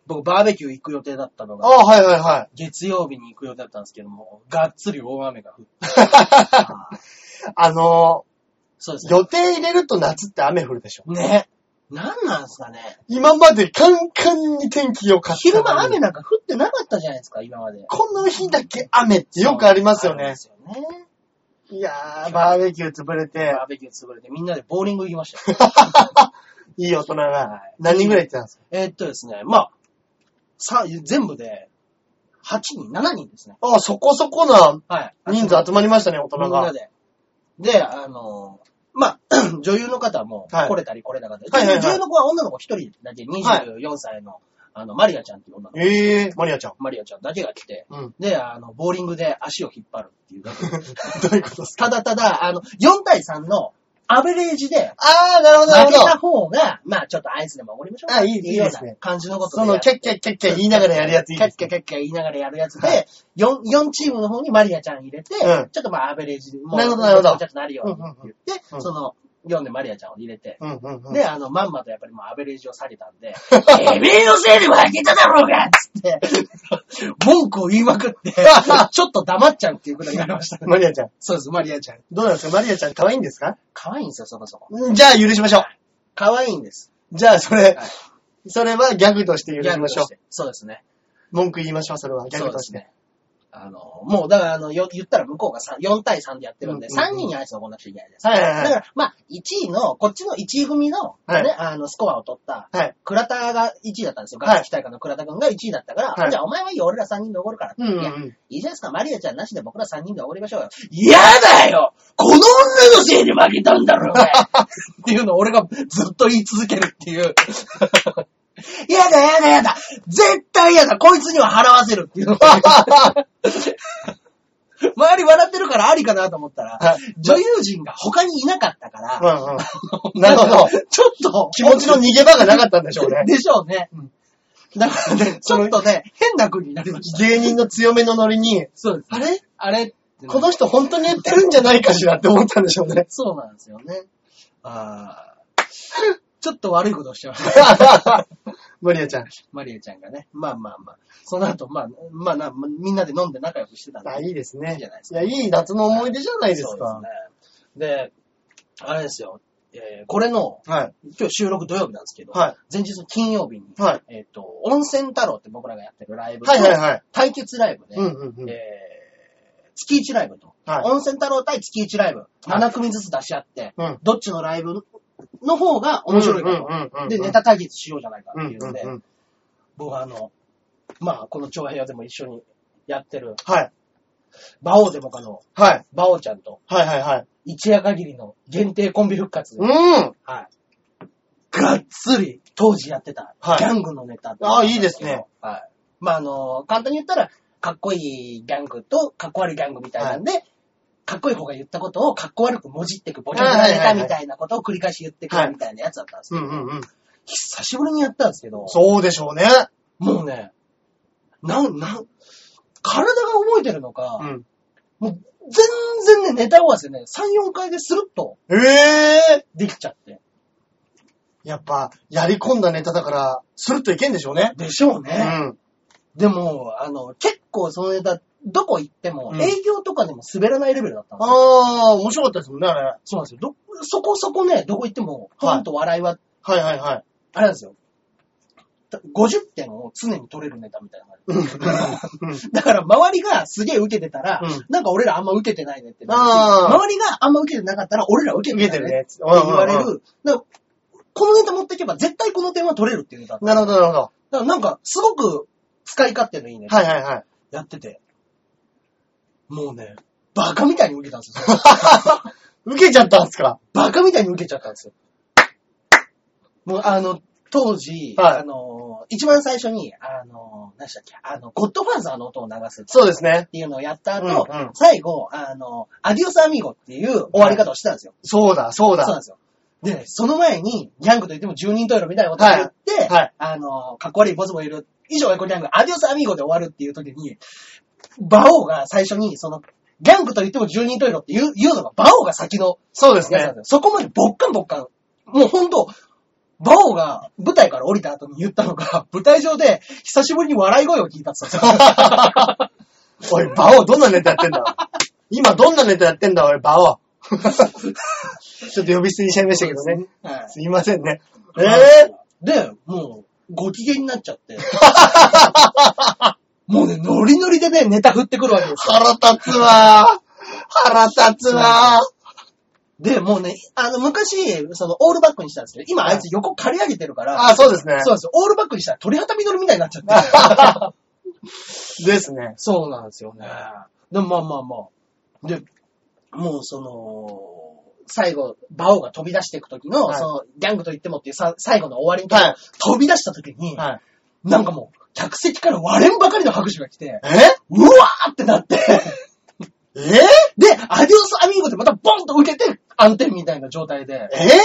僕、バーベキュー行く予定だったのあが、あ、はいはいはい。月曜日に行く予定だったんですけども、がっつり大雨が降って。あーあのそうですー、予定入れると夏って雨降るでしょ。ね。ね。何なんですかね。今までカンカンに天気良かったの昼に。間雨なんか降ってなかったじゃないですか、今まで。この日だけ雨ってよくありますよありねま。すよね。いやー、バーベキュー潰れて、バーベキュー潰れてみんなでボーリング行きましたよ。 いい大人はがい、何人ぐらい行ってたんですかえーっとですね、まあ、さ、全部で、8人、7人ですね。ああ、そこそこなはい。人数集まりましたね、大人みんなが。で。で、あの、まあ、 女優の方もはい来れたり来れなかったり。はいはいはい女優の子は女の子一人だけ、24歳の、あの、マリアちゃんっていう女の子、ええマリアちゃん。マリアちゃんだけが来て、うんで、あの、ボーリングで足を引っ張るっていう。 どういうことですかただただ、あの、4対3のアベレージで、ああ、なるほど、負なるけほた方が、まあちょっとアイスでも守りましょうかあいいってういいですねような感じのこど。とで。その、キャッキャッキャッキャ言いながらやるやついいですキャね。ッキャキャッキャ言いながらやるやつはで、4、4チームの方にマリアちゃん入れて、うんちょっとまあアベレージで、もなるほどなるほどちょっとなるようにって言って、うんうんうんその、4でマリアちゃんを入れて、うんうんうん。で、あの、まんまとやっぱりもうアベレージを下げたん で、てめえのせいで負けただろうがっつって、 文句を言いまくって、ちょっと黙っちゃうっていうことになりま したね。マリアちゃん。そうです、マリアちゃん。どうなんですかマリアちゃん可愛いんですか可愛いんですよ、そこそこ。じゃあ許しましょう。可愛いんです。じゃあそれはい、それはギャグとして許しましギャグょうと。て。そうですね。文句言いましょう、それは。ギャそうグでとすして。ね。あの、もう、だから、あの、よ言ったら向こうがさん4対3でやってるんで、うんうんうん3人にアイスを残んなくちゃいけないです。はいはいだかはい。ら、まあ、1位の、こっちの1位組の、はいね、あの、スコアを取った、はい倉田が1位だったんですよ。はいガッツ大会の倉田君が1位だったから、はいじゃあお前はいいよ、俺ら3人でおごるからって。うんういや、いんいじゃないですか、マリアちゃんなしで僕ら3人でおごりましょうよ。嫌だよこの女のせいで負けたんだろうがっていうのを俺がずっと言い続けるっていう。やだやだやだ絶対やだこいつには払わせるっていうのを周り笑ってるからありかなと思ったら、はい女優陣が他にいなかった から、うん。うんうん。なるほど。ちょっと、気持ちの逃げ場がなかったんでしょうね。でしょうね。だからね、ちそょのっとね、変な国になりました。 芸人の強めのノリに、そうです。あれあれ。この人本当にやってるんじゃないかしらって思ったんでしょうねそうなんですよね。あー ちょっと悪いことをしてました。 マリアちゃん。 マリエちゃんがね。まあまあまあ。その後、まあ、まあな、みんなで飲んで仲良くしてたんで。あ、いいですいいねじゃないで。すいや、いい夏の思い出じゃないですそかう。ですね。で、あれですよ。えーこれの、はい。今日収録土曜日なんですけど、は前日の金曜日に、はいえっ、と、温泉太郎って僕らがやってるライブと、はいはいはい。対決ライブで、うんうんうん。えー月1ライブと、はい温泉太郎対月1ライブ、7組ずつ出し合って、うんどっちのライブの方が面白いかと、うんうんうんうんで、ネタ対決しようじゃないかうってんいううのんで、うん。僕はあの、まあ、この長平屋でも一緒にやってる、はい。馬王デモカのはい。馬王ちゃんと、はいはいはい。一夜限りの限定コンビ復活、うん。はい。がっつり、当時やってた、はいギャングのネタってうのあがあったんけいどいですね。はい。まあ、あの、簡単に言ったら、かっこいいギャングと、かっこ悪いギャングみたいなんで、かっこいい方が言ったことをかっこ悪くもじってく、ぼちゃぼちゃネタみたいなことを繰り返し言ってくはいるみたいなやつだったんですうけど、んうんうん。久しぶりにやったんですけど、そうでしょうね。もうね、なん、なん、体が覚えてるのか、うん。もう全然ね、ネタ合わせね、3、4回でスルッとええできちゃって。やっぱ、やり込んだネタだから、スルッといけんでしょうね。でしょうね。うん。でも、あの、結構そのネタどこ行ってもう、ん営業とかでも滑らないレベルだったんですよ。ああ、面白かったですもんね、あれ。はそうなんですよ。ど、そこそこね、どこ行っても、ポンと笑いは、いはいはい。あれなんですよ。50点を常に取れるネタみたいな感じ。だから周りがすげえ受けてたら、うんなんか俺らあんま受けてないねってなるしあー周りがあんま受けてなかったら俺ら受け受てけてるるねねって。って言言われ。る。だからこのネタ持っていけば絶対この点は取れるっていうネタだった。なるほど、なるほど。だからなんかすごく使い勝手のいいネタはいはいはい。やってて、もうね、バカみたいに受けたんです よ。受けちゃったんすかバカみたいに受けちゃったんですよ。もうあの、当時、はいあの、一番最初に、あの、何でしたっけ、あの、ゴッドファーザーの音を流す。そうですねっ。ていうのをやった後、うんうん最後、あの、アディオスアミーゴっていう終わり方をしてたんですよ。そうだ、そそううなんだ。ですよ。で、その前に、ギャングといっても10人トイレみたいなことを言って、はいはいあの、かっこ悪いボスもいる、以上エコギャング、アディオスアミーゴで終わるっていう時に、バオが最初に、その、ギャングといっても10人トイレって言う言うのが、バオが先のそうでやすつなんねです。よ。そこまでボッカンボッカン。もうほんと、バオが舞台から降りた後に言ったのが、舞台上で久しぶりに笑い声を聞いたって言ったんです よ。おい、バオ、どんなネタやってん だ今、どんなネタやってんだ、おい、バオ。ちょっと呼び捨てにしちゃいましたけどね。はいすいませんね。えー、で、もう、ご機嫌になっちゃ って。もうね、ノリノリでね、ネタ振ってくるわけですよ。腹立つわ腹立つわで、もうね、あの、昔、その、オールバックにしたんですけど、今あいつ横刈り上げてるから、あ、そうですね。そうなんですよ、オールバックにしたら鳥肌緑みたいになっちゃって。 ですね。そうなんですよね。でもまあまあまあ。で、もうその、最後、バオが飛び出していく時の、はいその、ギャングと言ってもっていうさ最後の終わりの時、はい飛び出した時に、はい。なんかもう、客席から割れんばかりの拍手が来て、えうわーってなって、えで、アディオスアミーゴでまたボンと受けて、暗転みたいな状態で、ええ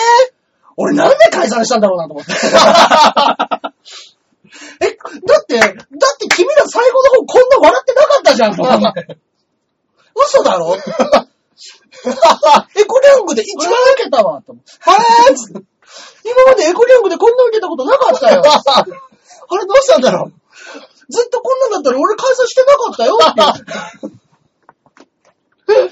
俺なんで解散したんだろうなと思って。 え、だって、だって君ら最後の方こんな笑ってなかったじゃんと思って、嘘だろエコリャングで一番受けたわ、と思って。はーつって今までエコリャングでこんな受けたことなかったよ。 あれどうしたんだろずっとこんなんだったら俺解散してなかったよっていう。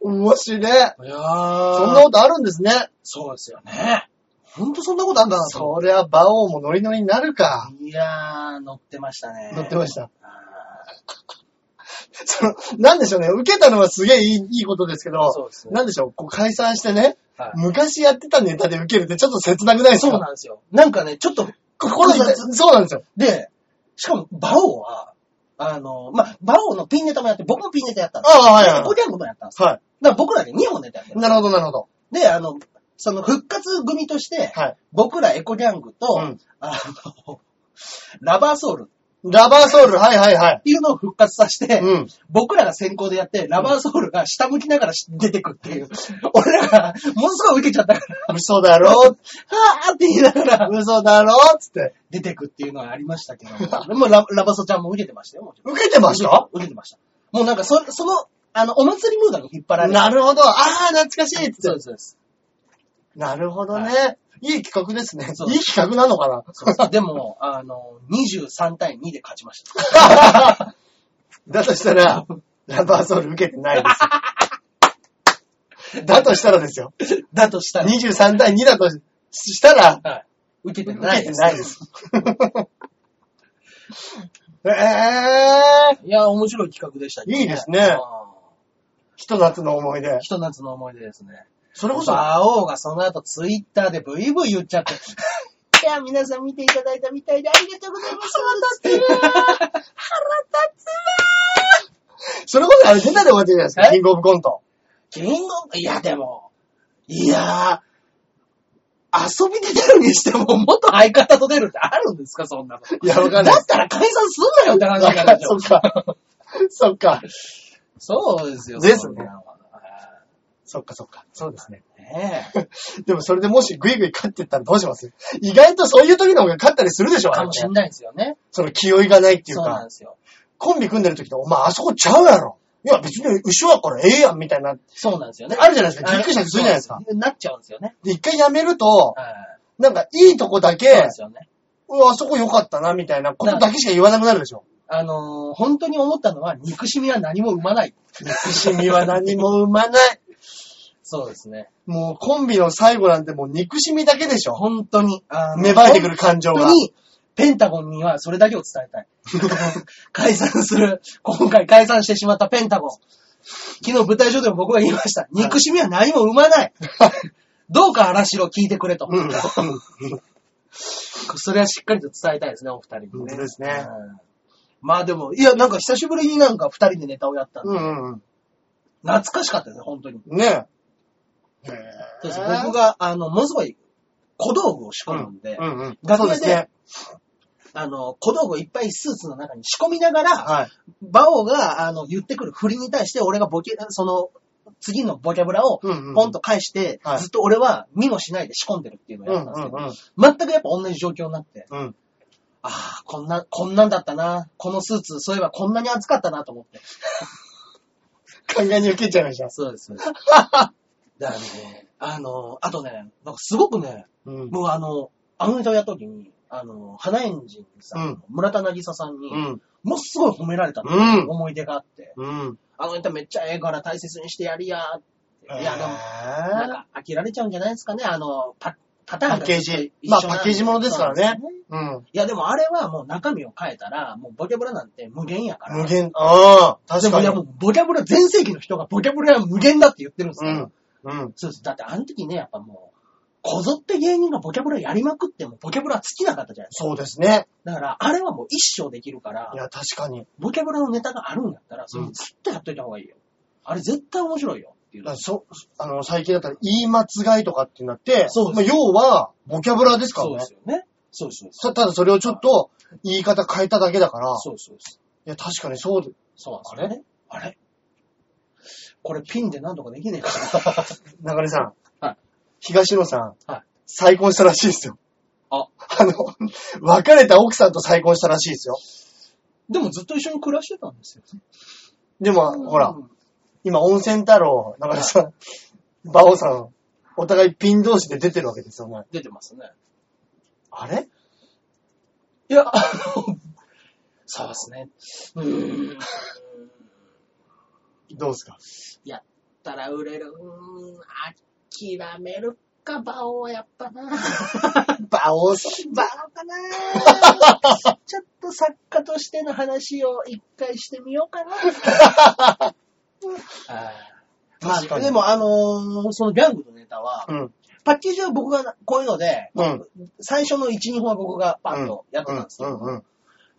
う面白いね。 いやそんなことあるんですね。そうですよね。ほんとそんなことあんだなと思っそりゃ、馬王もノリノリになるか。て。いやー、乗ってましたね。乗ってました。あその、なんでしょうね。受けたのはすげえいいいいことですけど、そうですねなんでしょう。こう解散してね、はい昔やってたネタで受けるってちょっと切なくないでーそすうかなんですよ。なんかね、ちょっと、心痛いそうなんですよ。で、しかも、バオは、あの、まあ、バオのピンネタもやって、僕もピンネタやったんですああ、はいよ。コはギャングもやったんですい。よ。はだから僕らで2本ネタやってい。る。なるほど、なるほど。で、あの、その復活組として、はい。僕らエコギャングと、うんあの、ラバーソウルっラバーソウル、はいはいはい。ていうのを復活させて、うん。僕らが先行でやって、ラバーソウルが下向きながら出てくっていう。俺らが、ものすごい受けちゃったから、嘘だろはぁーって言いながら嘘だろつって。出てくっていうのはありましたけど、 でもララバソちゃんも受けてましたよ、もちろん受けてました受けてました。もうなんかそ、その、あの、お祭りムードに引っ張られて。なるほど。ああ、懐かしいっつそうです、ってそうです。なるほどね。いい企画ですね。そういい企画なのかなそうですでも、あの、23対2で勝ちました。 だとしたら、ラバーソウル受けてないです。だとしたらですよ。 だとしたら、 23対2だとしたら、はい受けて受なけいてです。ない です。えー、いや、面白い企画でしたけどいいですねうんひと夏の思い出。ひと夏の思い出ですね。それこそ、馬王がその後ツイッターでブイブイ言っちゃ って。いや、皆さん見ていただいたみたいでありがとうございます。それこそあれ出たで終わってるじゃないですか。えキングオブコント。キングオブいや、でも、いやー、遊びで出るにしても、元相方と出るってあるんですか、そんなの。いや、わかんないだったら解散すんなよって話になっちゃそうっ。か。そっか。そうですよ。ですねそんなのはそっかそっか。そうですね。ねでもそれでもしグイグイ勝ってったらどうします意外とそういう時の方が勝ったりするでしえ。ょあかれっもてしんないですよね。その気負いがないっていうそうなんか、ですよ。コンビ組んでる時と、お前あそこちゃうやろ。いや別に後ろはこれええやんみたいな。そうなんですよね。あるじゃないですか。ぎっくりしたりするじゃないですそ。かうなんよなっちゃうんですよね。で一回やめると、はい。なんかいいとこだそうなんけで、すよね。うわあそこ良かったなみたいなことだけしか言わなくなるでしょ。あのー本当に思ったのは、憎しみは何も生まない。憎しみは何も生まない。そうですね。 もうコンビの最後なんてもう憎しみだけでしょ。本当に、あの芽生えてくる感情が本当に、ペンタゴンにはそれだけを伝えたい。 解散する、今回解散してしまったペンタゴン。昨日舞台上でも僕が言いました。憎しみは何も生ま ない。どうか荒城聞いてくれと。うん。 それはしっかりと伝えたいですね、お二人に本ね。当ですねうんまあでも、いや、なんか久しぶりになんか二人でネタをやったんで、うんうん。懐かしかったですね、本当に。ねえ。そうです僕が、あの、ものすごい小道具を仕込むんで、うんうん。楽そう屋でですね。あの、小道具をいっぱいスーツの中に仕込みながら、はい。バオが、あの、言ってくる振りに対して、俺がボケ、その、次のボキャブラを、うんうんうんポンと返して、はいずっと俺は見もしないで仕込んでるっていうのをうやっんたんうですけど、ん全くやっぱ同じ状況になって、うん。うん。ああ、こんな、こんなんだったな。このスーツ、そういえばこんなに暑かったなと思って。考えに受けちゃいました。そう です。だからね、あの、あとね、なんかすごくね、うん。もうあの、あのネタをやった時に、あの、花園人さん、うん村田渚さんに、うん。もうすごい褒められたのうん思い出があって、うん。あのネタめっちゃええから大切にしてやりやーって。いや、でも、なんも。か飽きられちゃうんじゃないですかね、あの、パパターンパがッずケっーと一緒なんで。ジ。まあパッケージものですからそうなねん。ですよういん。や、でもあれはもう中身を変えたら、もうボキャブラなんて無限やから。無限。ああ、で確もかいにや、。もうボキャブラ、全盛期の人がボキャブラは無限だって言ってるんですうよ。ん。うん。そうです。だってあの時ね、やっぱもう、こぞって芸人がボキャブラやりまくっても、ボキャブラは尽きなかったじゃないですそうですね。か。だから、あれはもう一生できるからい、や、確かに。ボキャブラのネタがあるんだったら、それもずっとやっといた方がいいよ。あれ絶対面白いよ。っていうだからそ、あの、最近だったら言い間違いとかってなって、そうまであ、要は、ボキャブラですかそうらでねすよね。そうですそうです。た。ただそれをちょっと言い方変えただけだから、そうですそうです。いや、確かにそうで、そうなんですよね。あれこれピンで何とかできねえか な。流れさん、はい東野さん、はい再婚したらしいですよ。あ、あの、別れた奥さんと再婚したらしいですよ。でもずっと一緒に暮らしてたんですよ。でも、ほらう、ん今、温泉太郎、流れさん、馬王さん、お互いピン同士で出てるわけですよね。出てますね。あれいや、あの、そうですね。うーん。どうですかやったら売れる。うーん。諦めるか、バオはやっぱな。バ馬王さん。オかな。ちょっと作家としての話を一回してみようかな。あーま確かあ、にでも、あのーそのギャングのネタは、うん。パッケージは僕がこういうので、うん。最初の1、2本は僕がパッとやってたんですけど、うんうんうん。やっ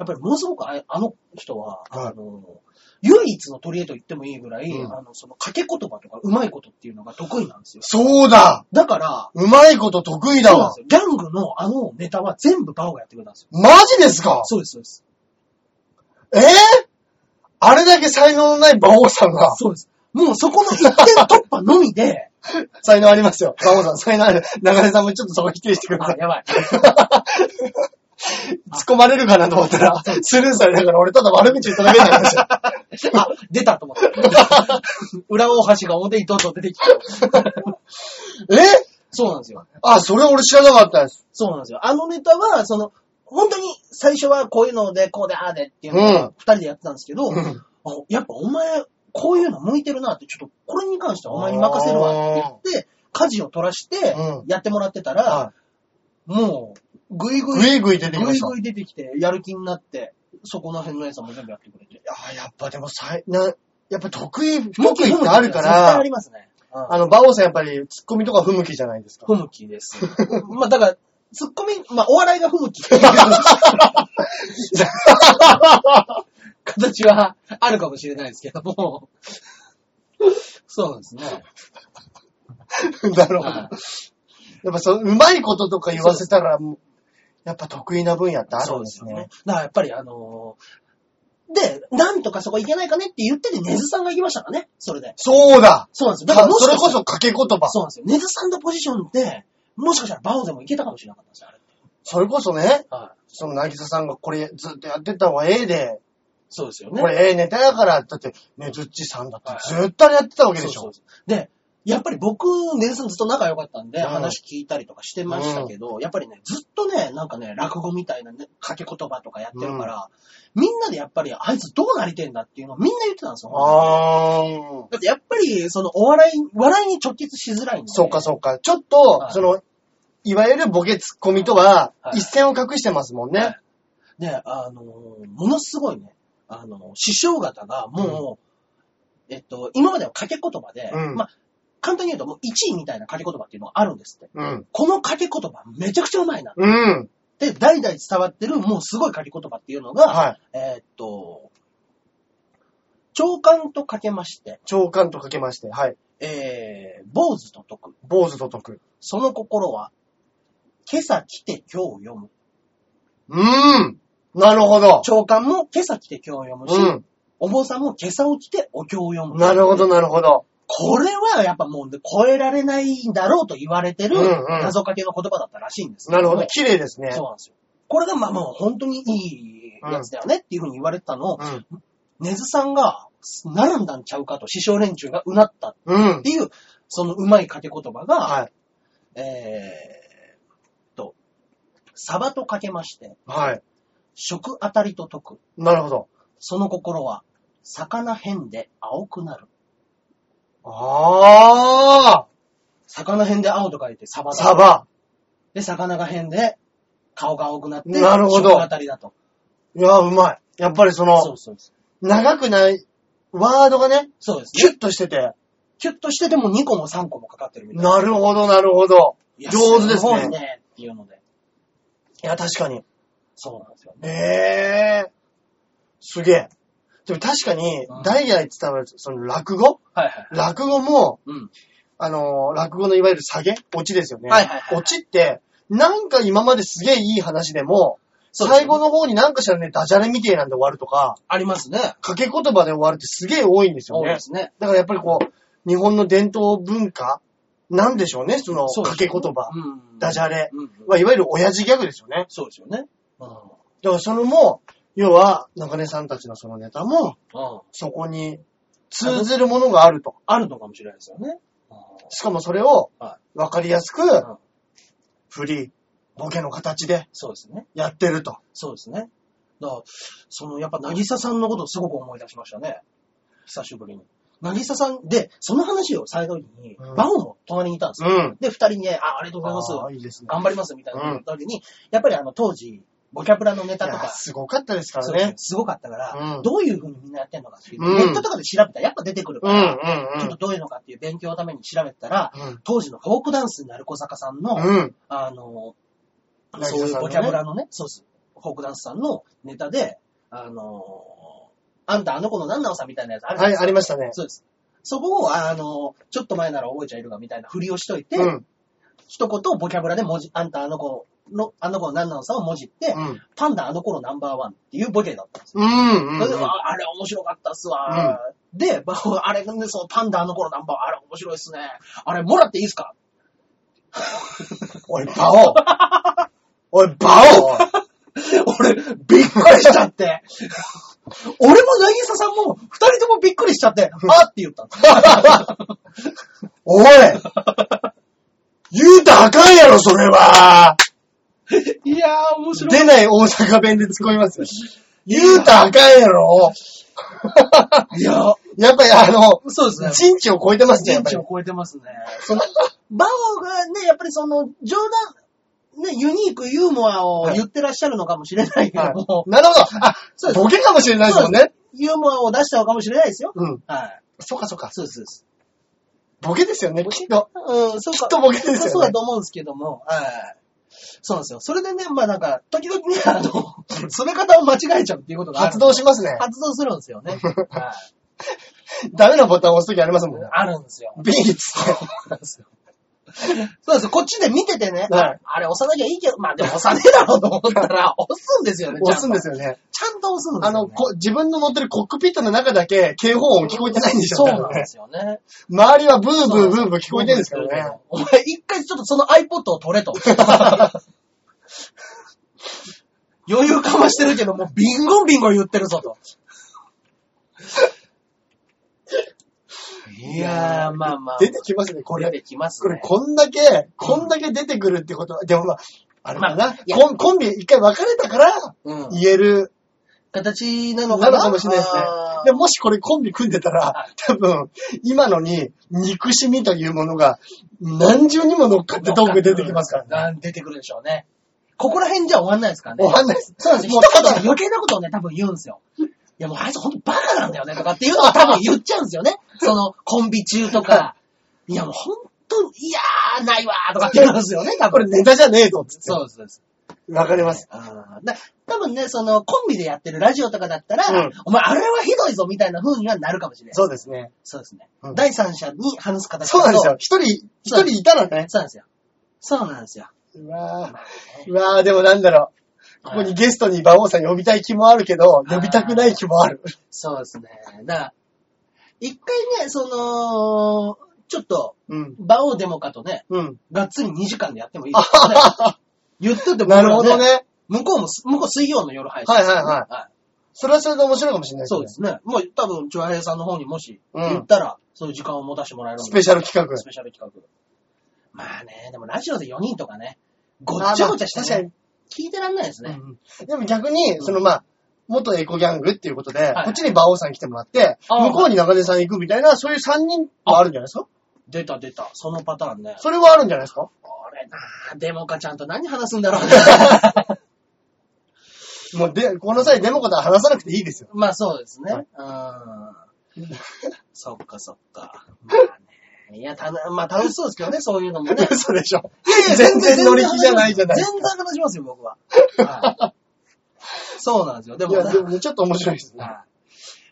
ぱりものすごくああの人は、はいあの、唯一の取り柄と言ってもいいぐらい、うんあの、その掛け言葉とかうまいことっていうのが得意なんですよ。そうだだから、うまいこと得意だそうなんでわすよ。ギャングのあのネタは全部バオがやってくれたんですよ。マジですかそうです、そうです。えー、あれだけ才能のない馬王さんが、そうです。もうそこの一点突破のみ で、才能ありますよ。馬王さん、才能ある。流れさんもちょっとそこ否定してくださあ、い。やばい。突っ込まれるかなと思ったら、スルーされながら俺ただ悪口言っただけじゃないですよ。あ、出たと思った。 裏大橋が表にどんどん出てきた。 えそうなんですよ。あ、それ俺知らなかったです。そうなんですよ。あのネタは、その、本当に最初はこういうので、こうで、ああでっていうのうを二人でやってたんですけど、うんあやっぱお前、こういうの向いてるなって、ちょっとこれに関してはお前に任せるわって言って、舵を取らしてうん、やってもらってたはら、もう、ぐいぐい、ぐいぐい出てきぐまいした。ぐい出てきて、やる気になって、そこの辺のやつも全部やってくれて。あやっぱでも才、な、やっぱ得意、不得意ってあるか絶対あらり、ますね。うんあの、馬王さんやっぱり突っ込みとか不向きじゃないですか。不向きです。 まあだから、ツッコミ、まあお笑いが不向きっていう 形はあるかもしれないですけども。そうですね。 だろう。はやっぱそう、うまいこととか言わせたら、もうやっぱ得意な分野ってあるんですね。。だからやっぱりあのーで、なんとかそこ行けないかねって言ってて、ネズさんが行きましたからね、それで。そうだそうなんですよ。だからもしそかしれたこらそ掛け言葉。そうなんですよ。ネズさんのポジションで、もしかしたらバオでも行けたかもしれなかったんですよ、あれ。それこそね、はい。その、なぎささんがこれずっとやってた方がええで、そうですよね。これええネタやから、だって、ねずっちさんだってずっとあれやってたわけそでうしそうょ。そうで、やっぱり僕、ネルさんずっと仲良かったんで、うん話聞いたりとかしてましたけど、やっぱりね、ずっとね、なんかね、落語みたいなね、掛け言葉とかやってるから、みんなでやっぱり、あいつどうなりてんだっていうのをみんな言ってたんですよ。あー。だってやっぱり、そのお笑い、笑いに直結しづらいんで。そうかそうか。ちょっはと、いその、いわゆるボケツッコミとはは、い一線を隠してますもんね。ね、あのー、ものすごいね、あのー、師匠方がもう、えっと、今までの掛け言葉で、うんまあ、簡単に言うともう1位みたいな掛け言葉っていうのがあるんですって。うん。この掛け言葉めちゃくちゃうまいなっうん。て、代々伝わってるもうすごい掛け言葉っていうのが、はい。えっと、長官とかけまして、長官とかけまして、はい。えー、坊主と解く。坊主と解く。その心は、今朝来て今日読む。うーん。なるほど。長官も今朝来て今日読むし、うお坊さんも今朝起きてお経を読ん。む。なるほど、。なるほど。これはやっぱもうね超えられないんだろうと言われてるうんうん謎かけの言葉だったらしいんですけなるほど。ね綺麗ですね。そうなんですよ。これがまあもう本当にいいやつだよねっていうふうに言われてたのを、うん。根津さんが、並んだんちゃうかと師匠連中がうなったっうん。ていう、そのうまい掛け言葉が、はい。えーっと、サバとかけまして、はい。食あたりと解く。なるほど。その心は、魚変で青くなる。あ魚変で青と書いてサバー。だサバ。で、魚が変で、顔が青くなって、なるほど食あたりだと。いや、うまい。やっぱりそそのう、そうそう。長くない、ワードがね、そうですキね。ュッとしてて。キュッとしてても2個も3個もかかってるみたいな。なるほど、なるほど。いや上手ですねごいね。っていうので。いや、確かに。そうなんですよね。ええー。すげえ。でも確かにうん、代々伝わる、その落語はいはい。落語も、うん。あのー落語のいわゆる下げ落ちですよね。はいはいはい落ちって、なんか今まですげえいい話でも、そうですね最後の方になんかしらね、ダジャレみてえなんで終わるとか、ありますね。掛け言葉で終わるってすげえ多いんですよそうねで。すね。だからやっぱりこう、日本の伝統文化なんでしょうね、そのそうで掛すねけ言葉、うん。ダジャレ。うん。まあいわゆる親父ギャグですよね。そうですよね。うん。うん。だからそれも、要は、中根さんたちのそのネタも、そこに通ずるものがあると。あるのかもしれないですよね。うんしかもそれをは分かりやすくん、フリー、ボケの形でそうですね。やってると。そうですね。だから、その、やっぱ、なぎささんのことをすごく思い出しましたね。久しぶりに。なぎささん、で、その話をされた時に、うんバオも隣にいたんですよ。うん。で、二人にね、あ、ありがとうございます。ああ、いいですね。頑張ります、みたいなこと言った時に、やっぱりあの、当時、ボキャブラのネタいとやか、すごかったですかそらうですねね。すごかったから、うんどういう風にみんなやってんのかっていう、うんネットとかで調べたらやっぱ出てくるうかん、うんら、、ちょっとどういうのかっていう勉強のために調べてたら、うん。当時のフォークダンスになる小坂さんの、うん。うん。あの、渚さんそうのねいうボキャブラのね、そうです。フォークダンスさんのネタで、あの、あんたあの子の何なのさみたいなやつあるじゃはないい、ですか。ありましたね。そうです。そこを、あの、ちょっと前なら覚えちゃいるがみたいな振りをしといて、うん。一言ボキャブラで文字、あんたあの子の、あの子の何なのさを文字って、うん。パンダあの頃ナンバーワンっていうボケだったんですよ。うん。うん。それでああれ面白かったっすわ。で、まああれ、ね、そのパンダあの頃ナンバーワン、あれ面白いっすね。あれもらっていいっすかおい、バ オおい、バオ俺、びっくりしちゃ って。俺もなぎささんも、二人ともびっくりしちゃ って、あって言ったの。おい言うたらあかんやろ、それは。 いやー、面白い。出ない大阪弁で突っ込みますよ。言うたらあかん やろ。いやー、やっぱりあの、そうですね。人知を超えてますね、や人っぱ知り。を超えてますね。その、バオがね、やっぱりその、冗談、ね、ユニークユーモアを言ってらっしゃるのかもしれないけども、はいなるほど。あ、そうですボケかもしれないですもんね。ユーモアを出したのかもしれないですよ。うん。はい。そうかそうか。そうです、そうです。ボケですよね、きっと。うん、そうか。きっとボケですよねそうだと思うんですけども、はい。そうなんですよ。それでね、まあなんか、時々ね、あの、 詰め方を間違えちゃうっていうことがある発動しますね。発動するんですよ ね。はい。ダメなボタン押すときありますもんね。あるんですよ。ビーッつって。そうなんですよ。そうですこっちで見ててね、はいあれ押さなきゃいいけど、まあでも押さねえだろうと思ったら、押すんですよね。。押すんですすよね。ちゃんと押すんですあよ、ね。の、こ自分の乗ってるコックピットの中だけ警報音聞こえてないんでしょそうねなんですよね。周りはブーブーブーブー聞こえてるんですけどね。お前、一回ちょっとその iPod を取れと。 余裕かましてるけど、もうビンゴンビンゴン言ってるぞと。いやー、まあまあ。出てきますね、こ出れ。てきますこねれ、。こんだけ、こんだけ出てくるってことは、でもまあ、あれだまあ、ないやコンコンビ一回別れたから、うん。言える。形なのかななのかもしれないですねあーでもしこれコンビ組んでたら、多分、今のに、憎しみというものが、何重にも乗っかってトーク出てきますからね。ね。出てくるでしょうね。ここら辺じゃ終わんないですからね。わかんないです。そうなんですもよ。うもうた多分だ、余計なことをね、多分言うんですよ。いやもうあいつほんとバカなんだよねとかっていうのは多分言っちゃうんですよ ね。そのコンビ中とか。いやもうほんと、いやーないわーとかって言うんですよね、多これ分。ネタじゃねえぞってそうですそうです。言って。わかります。あーだ多分ね、そのコンビでやってるラジオとかだったら、うんお前あれはひどいぞみたいな風にはなるかもしれない。そうですね。そうですね、うん第三者に話す形だとそうなんですよ。。一人、一人いたらね。そうなんですよ。そうなんですよ。うわぁ、うわぁ、でもなんだろう。ここにゲストに馬王さん呼びたい気もあるけど、呼びたくない気もある。そうですね。だから、一回ね、その、ちょっと、うん。バオデモカとね、うん。がっつり2時間でやってもいいですよね。 言ってても、なるほど。ね。向こうも、向こう水曜の夜配信ですからね、はいはいそれはそれで面白いかもしれないそうですね。もう多分、長平さんの方にもしうん言ったら、そういう時間を持たせてもらえるんスでペシャル企画。スペシャル企画。まあね、でもラジオで4人とかね、ごっちゃごちゃしまあて、ね、聞いてらんないです確ね。かに。でも逆に、そのまあ、元エコギャングっていうことで、はいこっちに馬王さん来てもらって、あー向こうに中根さん行くみたいな、そういう3人はあるんじゃないですか出た出た、そのパターンね。それはあるんじゃないですかこれなあデモカちゃんと何話すんだ ろうね。もうで、この際デモことは話さなくていいで すよ。まあそうですね。は うん。そっかそっか。まあね。いや、たのまあ楽しそうですけどね、そういうのもね。嘘でしょ。 全然乗り気じゃないじゃない全然話しますよ、僕は。はいそうなんですよ。でいもや、なでもねちょっと面白いですね。はい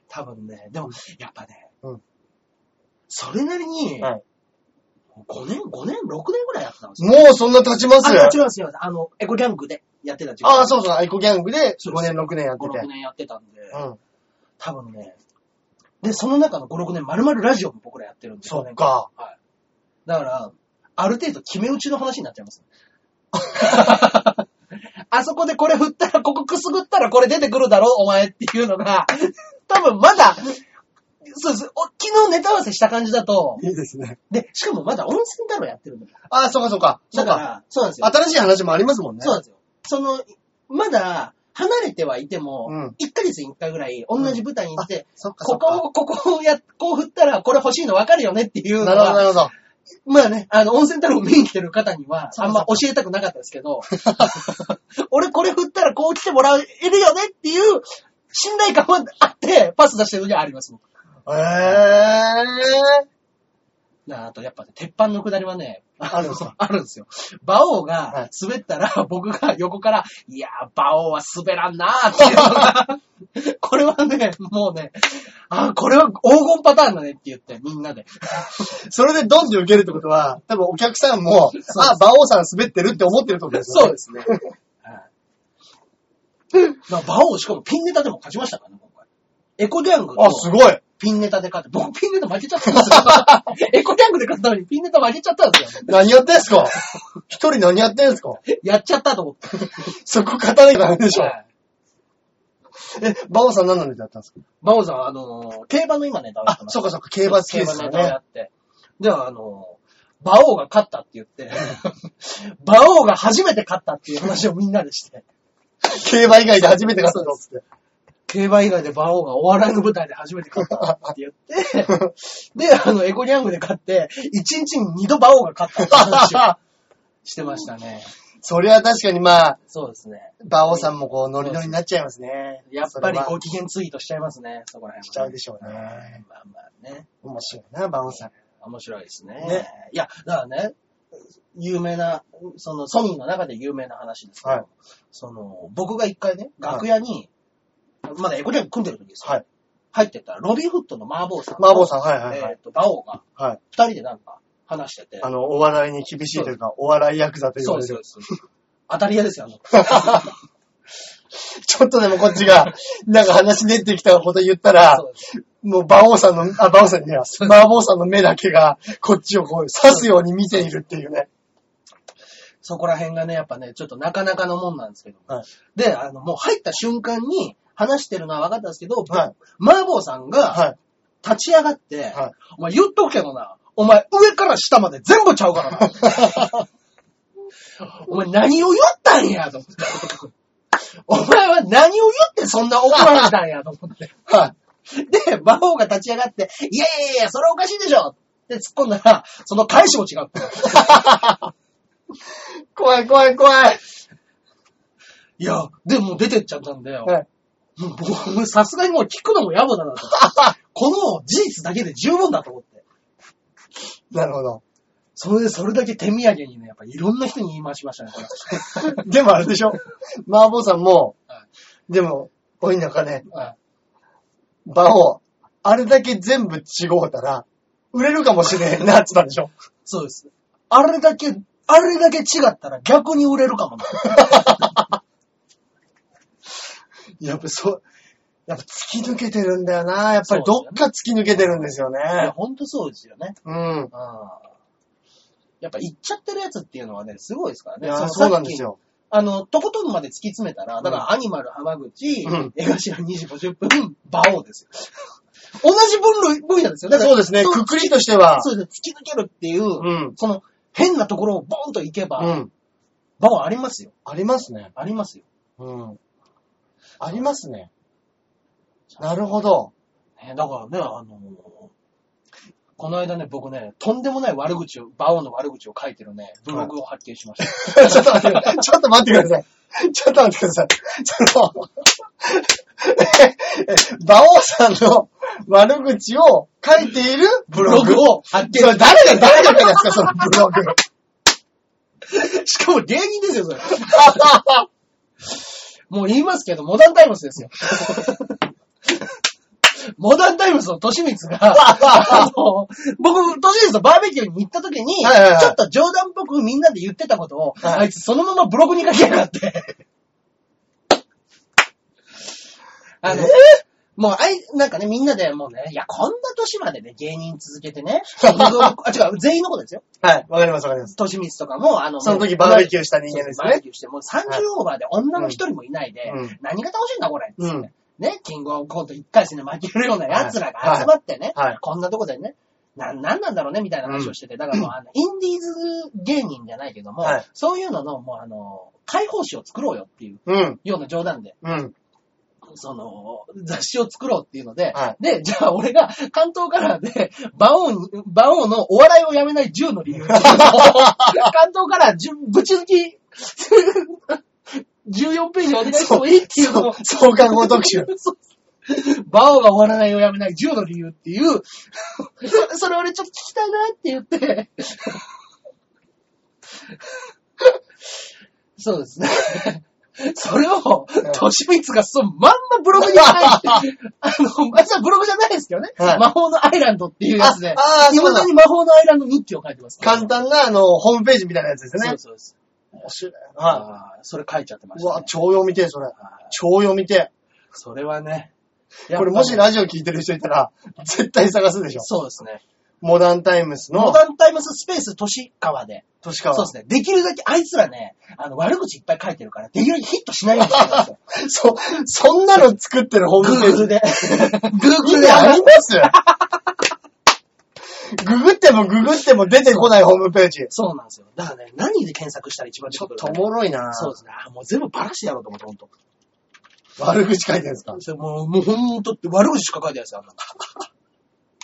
多分ね、でも、やっぱね、うんそれなりに、はい5年、5年、6年ぐらいやってたんですよ。もうそんな経ちますあ、違います、違います。あの、エコギャングでやってた時ああ、そうそう、エコギャングでそう5年、6年やって5、て6。年やってたんで。うん。多分ね。で、その中の5、6年、丸々ラジオも僕らやってるんで。そっか。だから、ある程度決め打ちの話になっちゃい ます。あそこでこれ振ったら、ここくすぐったらこれ出てくるだろ、お前っていうのが、多分まだ、そうです。お昨日ネタ合わせした感じだと、いいですね。で、しかもまだ温泉太郎やってるんだから。ああ、そうかそうか。そだうかか。ら、そうなんですよ。新しい話もありますもんね。そうなんですよ。その、まだ、離れてはいても、うん1ヶ月に1回ぐらい同じ舞台に行って、そっかこそっか。こを、ここをや、こう振ったら、これ欲しいの分かるよねっていうのなるほど、なは、るほど。まあね、あの、温泉太郎見に来てる方には、 そあんうそうそまう教えたくなかったですけど、 俺これ振ったらこう来てもらえるよねっていう、信頼感はあって、パス出してる時はありますもん。ええなああと、やっぱね、鉄板の下りはね、あるんです かあるんですよ。馬王はがい滑ったら、僕が横から、いやー、馬王は滑らんなーっていう のが、これはね、もうね、あー、これは黄金パターンだねって言って、みんなで。それでドンって受けるってことは、多分お客さんも、あ、馬王さん滑ってるって思ってるってことですよそうね。ですね。まあ、バオしかもピンネタでも勝ちましたからね、今回。エコギャングとあ、すごい。ピンネタで勝って、僕ピンネタ負けちゃったんです よ。エコギャングで勝ったのにピンネタ負けちゃったんですよ。何やってんすか一人何やってんすかやっちゃったと思って。そこ勝たなきゃダメでしょ。はいえ、馬王さん何なんでやったんですかバオさん、あのー、競馬の今ネタをやっあて、ます。そっかそっか、競馬好き競で馬すネよタをねや。って。では、あのー、馬王が勝ったって言って、 馬王が初めて勝ったっていう話をみんなでして、競馬以外で初めて勝ったんですって。競馬以外で馬王がお笑いの舞台で初めて勝ったって言 って、で、あの、エコニャングで勝って、1日に2度馬王が勝ったって話を してましたね。そりゃ確かにまあ、そうですね。馬王さんもこう、ノリノリになっちゃいますね。やっぱりこご機嫌ツイートしちゃいますね、そこら辺はね、しちゃうでしょうねまあまあね。う。面白いな、馬王さん。面白いですね。ねいや、だからね、有名な、そのソニーの中で有名な話ですけど、はいその、僕が一回ね、楽屋に、まだエコニャング組んでる時ですよ。はい入ってったら、ロビンフットの麻婆さんと。馬王さん、はいはいはい。えっ、と、バオが、はい。二人でなんか話してて。あの、お笑いに厳しいというか、お笑いヤクザと言そうわでれす、そるう。です。当たり屋ですよ、あの。 ちょっとでもこっちが、なんか話ねってきたこと言ったら、そうですもう馬王さんの、あ、馬王さんじゃない、馬王さんの目だけが、こっちをこう、刺すように見ているっていうね。そこら辺がね、やっぱね、ちょっとなかなかのもんなんですけど。はいで、あの、もう入った瞬間に話してるのは分かったんですけど、はい。マーボーさんが、はい。立ち上がって、はいお前言っとくけどな、お前上から下まで全部ちゃうからな。 お前何を言ったんや、と思って。お前は何を言ってそんな怒られたんや、と思って。はで、馬王が立ち上がって、いやいやいや、それおかしいでしょって突っ込んだら、その返しも違う。 い。怖い怖い怖い。いや、でも出てっちゃったんだよ。はいもう僕、さすがにもう聞くのも野暮だ なと。この事実だけで十分だと思って。なるほど。それで、それだけ手土産にね、やっぱいろんな人に言い回しましたね、これでもあれでしょ麻婆さんもは、でも、おいなんかね、はい馬王、あれだけ全部違うたら、売れるかもしれへんなって言ったんでしょそうです。あれだけ、あれだけ違ったら逆に売れるかもな。やっぱそう、やっぱ突き抜けてるんだよな。やっぱりどっか突き抜けてるんですよいや、ね。ほんとそうですよね。うん。うん。やっぱ行っちゃってるやつっていうのはね、すごいですからいね。やのそうなんです。さっきよ。あの、とことんまで突き詰めたら、だからアニマル浜口、うん江頭2時50分、馬王ですよ。同じ分類、分野ですよ。だからそうですね。くくりとしては。そうです。突き抜けるっていう、うん。その変なところをボンと行けば、うん。馬王ありますよ。ありますね。ありますよ。うん。ありますね。なるほど。ね、だからね、あのこの間ね、僕ね、とんでもない悪口を、馬王の悪口を書いてるね、ブログを発見しました。ちょっと待って、ちょっと待ってください。ちょっと待ってください。その、え、え馬王さんの悪口を書いているブログを発見それ誰が、誰が書いたんですか、そのブロ グ。しかも芸人ですよ、それ。もう言いますけど、モダンタイムスです よ。モダンタイムスのとしみつが、あの僕、としみつとバーベキューに行った時に、はいはいはいちょっと冗談っぽくみんなで言ってたことを、はいあいつそのままブログに書きやがって。あの、もう、あい、なんかね、みんなでもうね、いや、こんな年までね、芸人続けて ね、あ、違う、全員のことですよ。はい、わかります、わかります。としみつとかも、あの、その時バーベキューューした人間ですバーベね。キューして、もう30オーバーで女の一人もいないで、うん何が楽しいんだ、これ。うん。ね、キングオブコント一回戦で負けるような奴らが集まってね、はいはいこんなとこでね、な、なんなんだろうね、みたいな話をしてて、だからもう、あの、インディーズ芸人じゃないけども、はいそういうのの、もうあの、解放誌を作ろうよっていううん、ような冗談で、うん。その、雑誌を作ろうっていうので、はで、じゃあ俺が関東カラーで、馬王に、馬王のお笑いをやめない10の理由っていうのを関東カラーじゅぶち抜き、14ページお願いしてもいいっていうのを、創刊号特集。 バオが終わらないをやめない10の理由っていう、そそれ俺ちょっと聞きたいなって言って。そうですね。それを、としみつがそのまんまブログに書いて、あの、まずはブログじゃないですけどね。はい魔法のアイランドっていうやつでああ、ーいそうまだだに。魔法のアイランド日記を書いてますから。簡単な、あの、ホームページみたいなやつですそねう。そうです。面白い。はああ、それ書いちゃってまい。しうた、わね、。超読みてえ、それ。あー超読みてそれはね。え。これもしなラジオ聞いてる人いたら、絶対探すでしょ。そうですね。モダンタイムスモの、ダンタイムススペース都市川で。年川。そうですね。できるだけ、あいつらね、あの、悪口いっぱい書いてるから、できるだけヒットしないようにしてるん ですよ。そ、そんなの作ってるホームペー Google ジ。で。意 Google で味あありの。ますググってもググっても出てこないホームページ。そうなんですよ。だからね、何で検索したら一番ちょっ出てとくるかねおもろいなそうですね。あもう全部バラしてやろうと思って、ほんと。悪口書いてるんですかそれもう、もうほんとって悪口しか書いてないですよ、あんなの。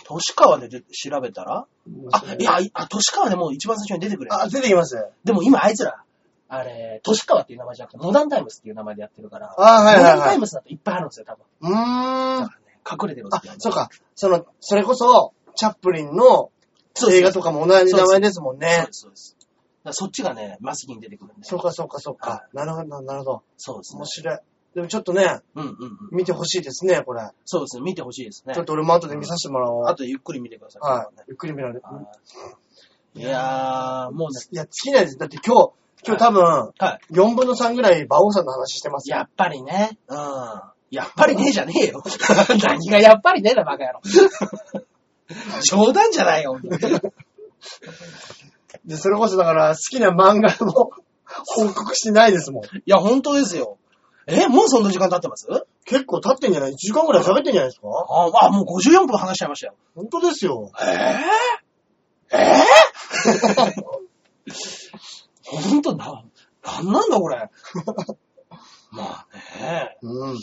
都市川でで調べたらあ、いや、いあ、都市川でもう一番最初に出てくるやつ。あ、出てきます。でも今あいつら、あれ、都市川っていう名前じゃなくて、モダンタイムスっていう名前でやってるから、あはいはいはいモダンタイムスだといっぱいあるんですよ、多分。うーん。あだ、からね、隠れてるんですよそうか。その、それこそ、チャップリンのそうそう映画とかも同じ名前ですもんそうねで。す、そうです。だからそっちがね、マスキに出てくるんで。そうか、そうか、そうはか。なるほど、なるほど。そうですね面。白い。でもちょっとね、うんうんうん。見てほしいですね、これ。そうですね。見てほしいですねちょ。っと俺も後で見させてもらおう。あとゆっくり見てください。はい。ゆっくり見られる。はいいやー、もうね、いや、尽きないです。だって今日、今日多分、は4分の3ぐらい馬王さんの話してますい。よ。やっぱりね。うん。やっぱりねえじゃねえよ。 何がやっぱりねえだ、バカ野郎。 冗談じゃ ないよ、本当にで、 それこそだから好きな漫画も報告してないですもん。いや、本当ですよ。え、もうそんな時間経ってます結構経ってんじゃない ?1 時間ぐらい喋ってんじゃないですかああ、もう54分話しちゃいましたよ。本当ですよ。ええほんとな、なんなんだこれ。まあね、うん。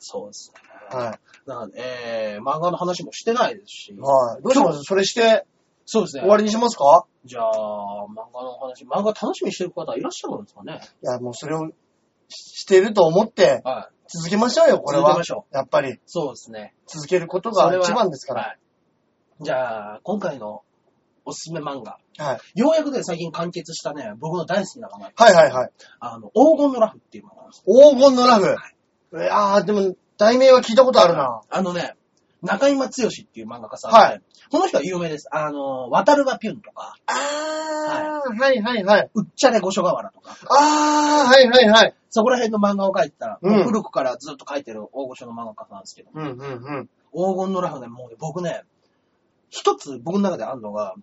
そうですね。はなんで、えー、漫画の話もしてないですしい。。はい。どうしますそれしてそうですね終。わりにしますかじゃあ、漫画の話、漫画楽しみにしてる方いらっしゃるんですかねいや、もうそれをししてると思ってはい。続けましょうよ、これ続けはま。しょやっぱりう。そうですね。続けることそがれは一番ですかはい。じゃあ、今回のおすすめ漫画。ら。はい。ようやくね、最近完結したね、僕の大好きな漫画。はいはいはい。あの、黄金のラフっていう漫画なんです黄金のラフ。いやー、でも、題名は聞いたことあるな。あのね、中今剛っていう漫画家さんで、はこの人は有名です。あの、渡るがピュンとか、あー、はいはいはい。うっちゃれ五所川原とか、あー、はいはいはい。そこら辺の漫画を描いてた、うん古くからずっと描いてる大御所の漫画家さんなんですけど、うんうんうん。黄金のラフね、もうね、僕ね、一つ僕の中であるのが、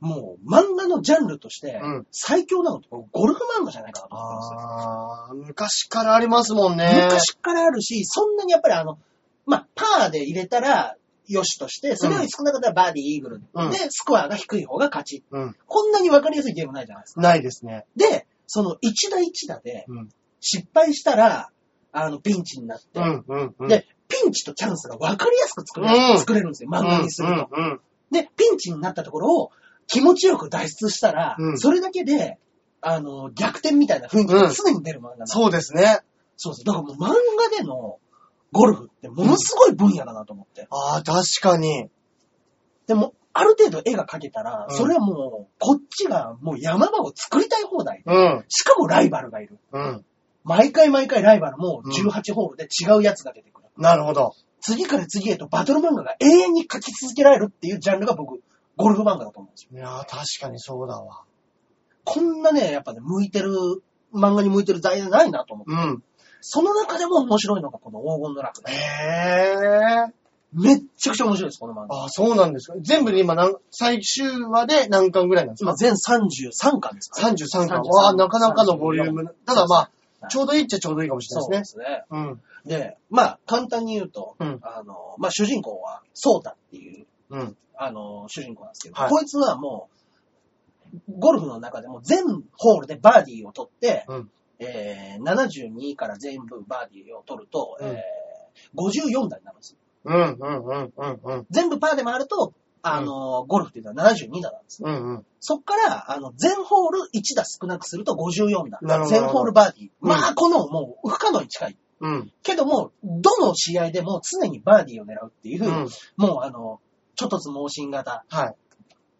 もう漫画のジャンルとしてうん最強なのって、僕ゴルフ漫画じゃないかなと思ってるんですよ。あー、昔からありますもんね。昔からあるし、そんなにやっぱりあの、まあ、パーで入れたら、よしとして、それより少なかったらバーディー、イーグル。うんで、スコアが低い方が勝ち。うん。こんなに分かりやすいゲームないじゃないですか。ないですね。で、その一打一打でうん、失敗したら、あの、ピンチになって、うんうんうん。で、ピンチとチャンスが分かりやすく作れ,、うん作れるんですよ、漫画にすると、うんうんで、ピンチになったところを気持ちよく脱出したら、うんそれだけで、あの、逆転みたいな雰囲気が常に出る漫画なんですよそうですね。そうそう。だからもう漫画でのゴルフってものすごい分野だなと思って。ああ、確かに。でも、ある程度絵が描けたら、うんそれはもう、こっちがもう山場を作りたい放題。うん。しかもライバルがいる。うん。毎回毎回ライバルもうん18ホールで違うやつが出てくる。なるほど。次から次へとバトル漫画が永遠に描き続けられるっていうジャンルが僕、ゴルフ漫画だと思うんですよ。いやー、確かにそうだわ。こんなね、やっぱね、向いてる、漫画に向いてる材料ないなと思って。うん。その中でも面白いのがこの黄金の楽へね。え。めっちゃくちゃ面白いです、この漫画。ああ、そうなんですか。全部で今何、最終話で何巻ぐらいなんです今か全33巻ですかね ?33 33巻。わあ、なかなかのボリューム。ただまはあ、いちょうどいいっちゃちょうどいいかもしれなそいうでですすね。ね。うん。で、まあ、簡単に言うと、うんあの、まあ、主人公は、ソータっていう、うん。あの、主人公なんですけど、はいこいつはもう、ゴルフの中でも全ホールでバーディーを取って、うんえー、72から全部バーディーを取ると、うんえー、54打になるんですよ。うん、うん、うん、うん、うん。全部パーで回ると、あの、ゴルフっていうのは72打なんですね。うん、うん。そっから、あの、全ホール1打少なくすると54打。なるほど全ホールバーディー。うんまあ、このもう不可能に近い。うん、けども、どの試合でも常にバーディーを狙うっていう、うん。もうあの、ちょっとつ盲信型はい。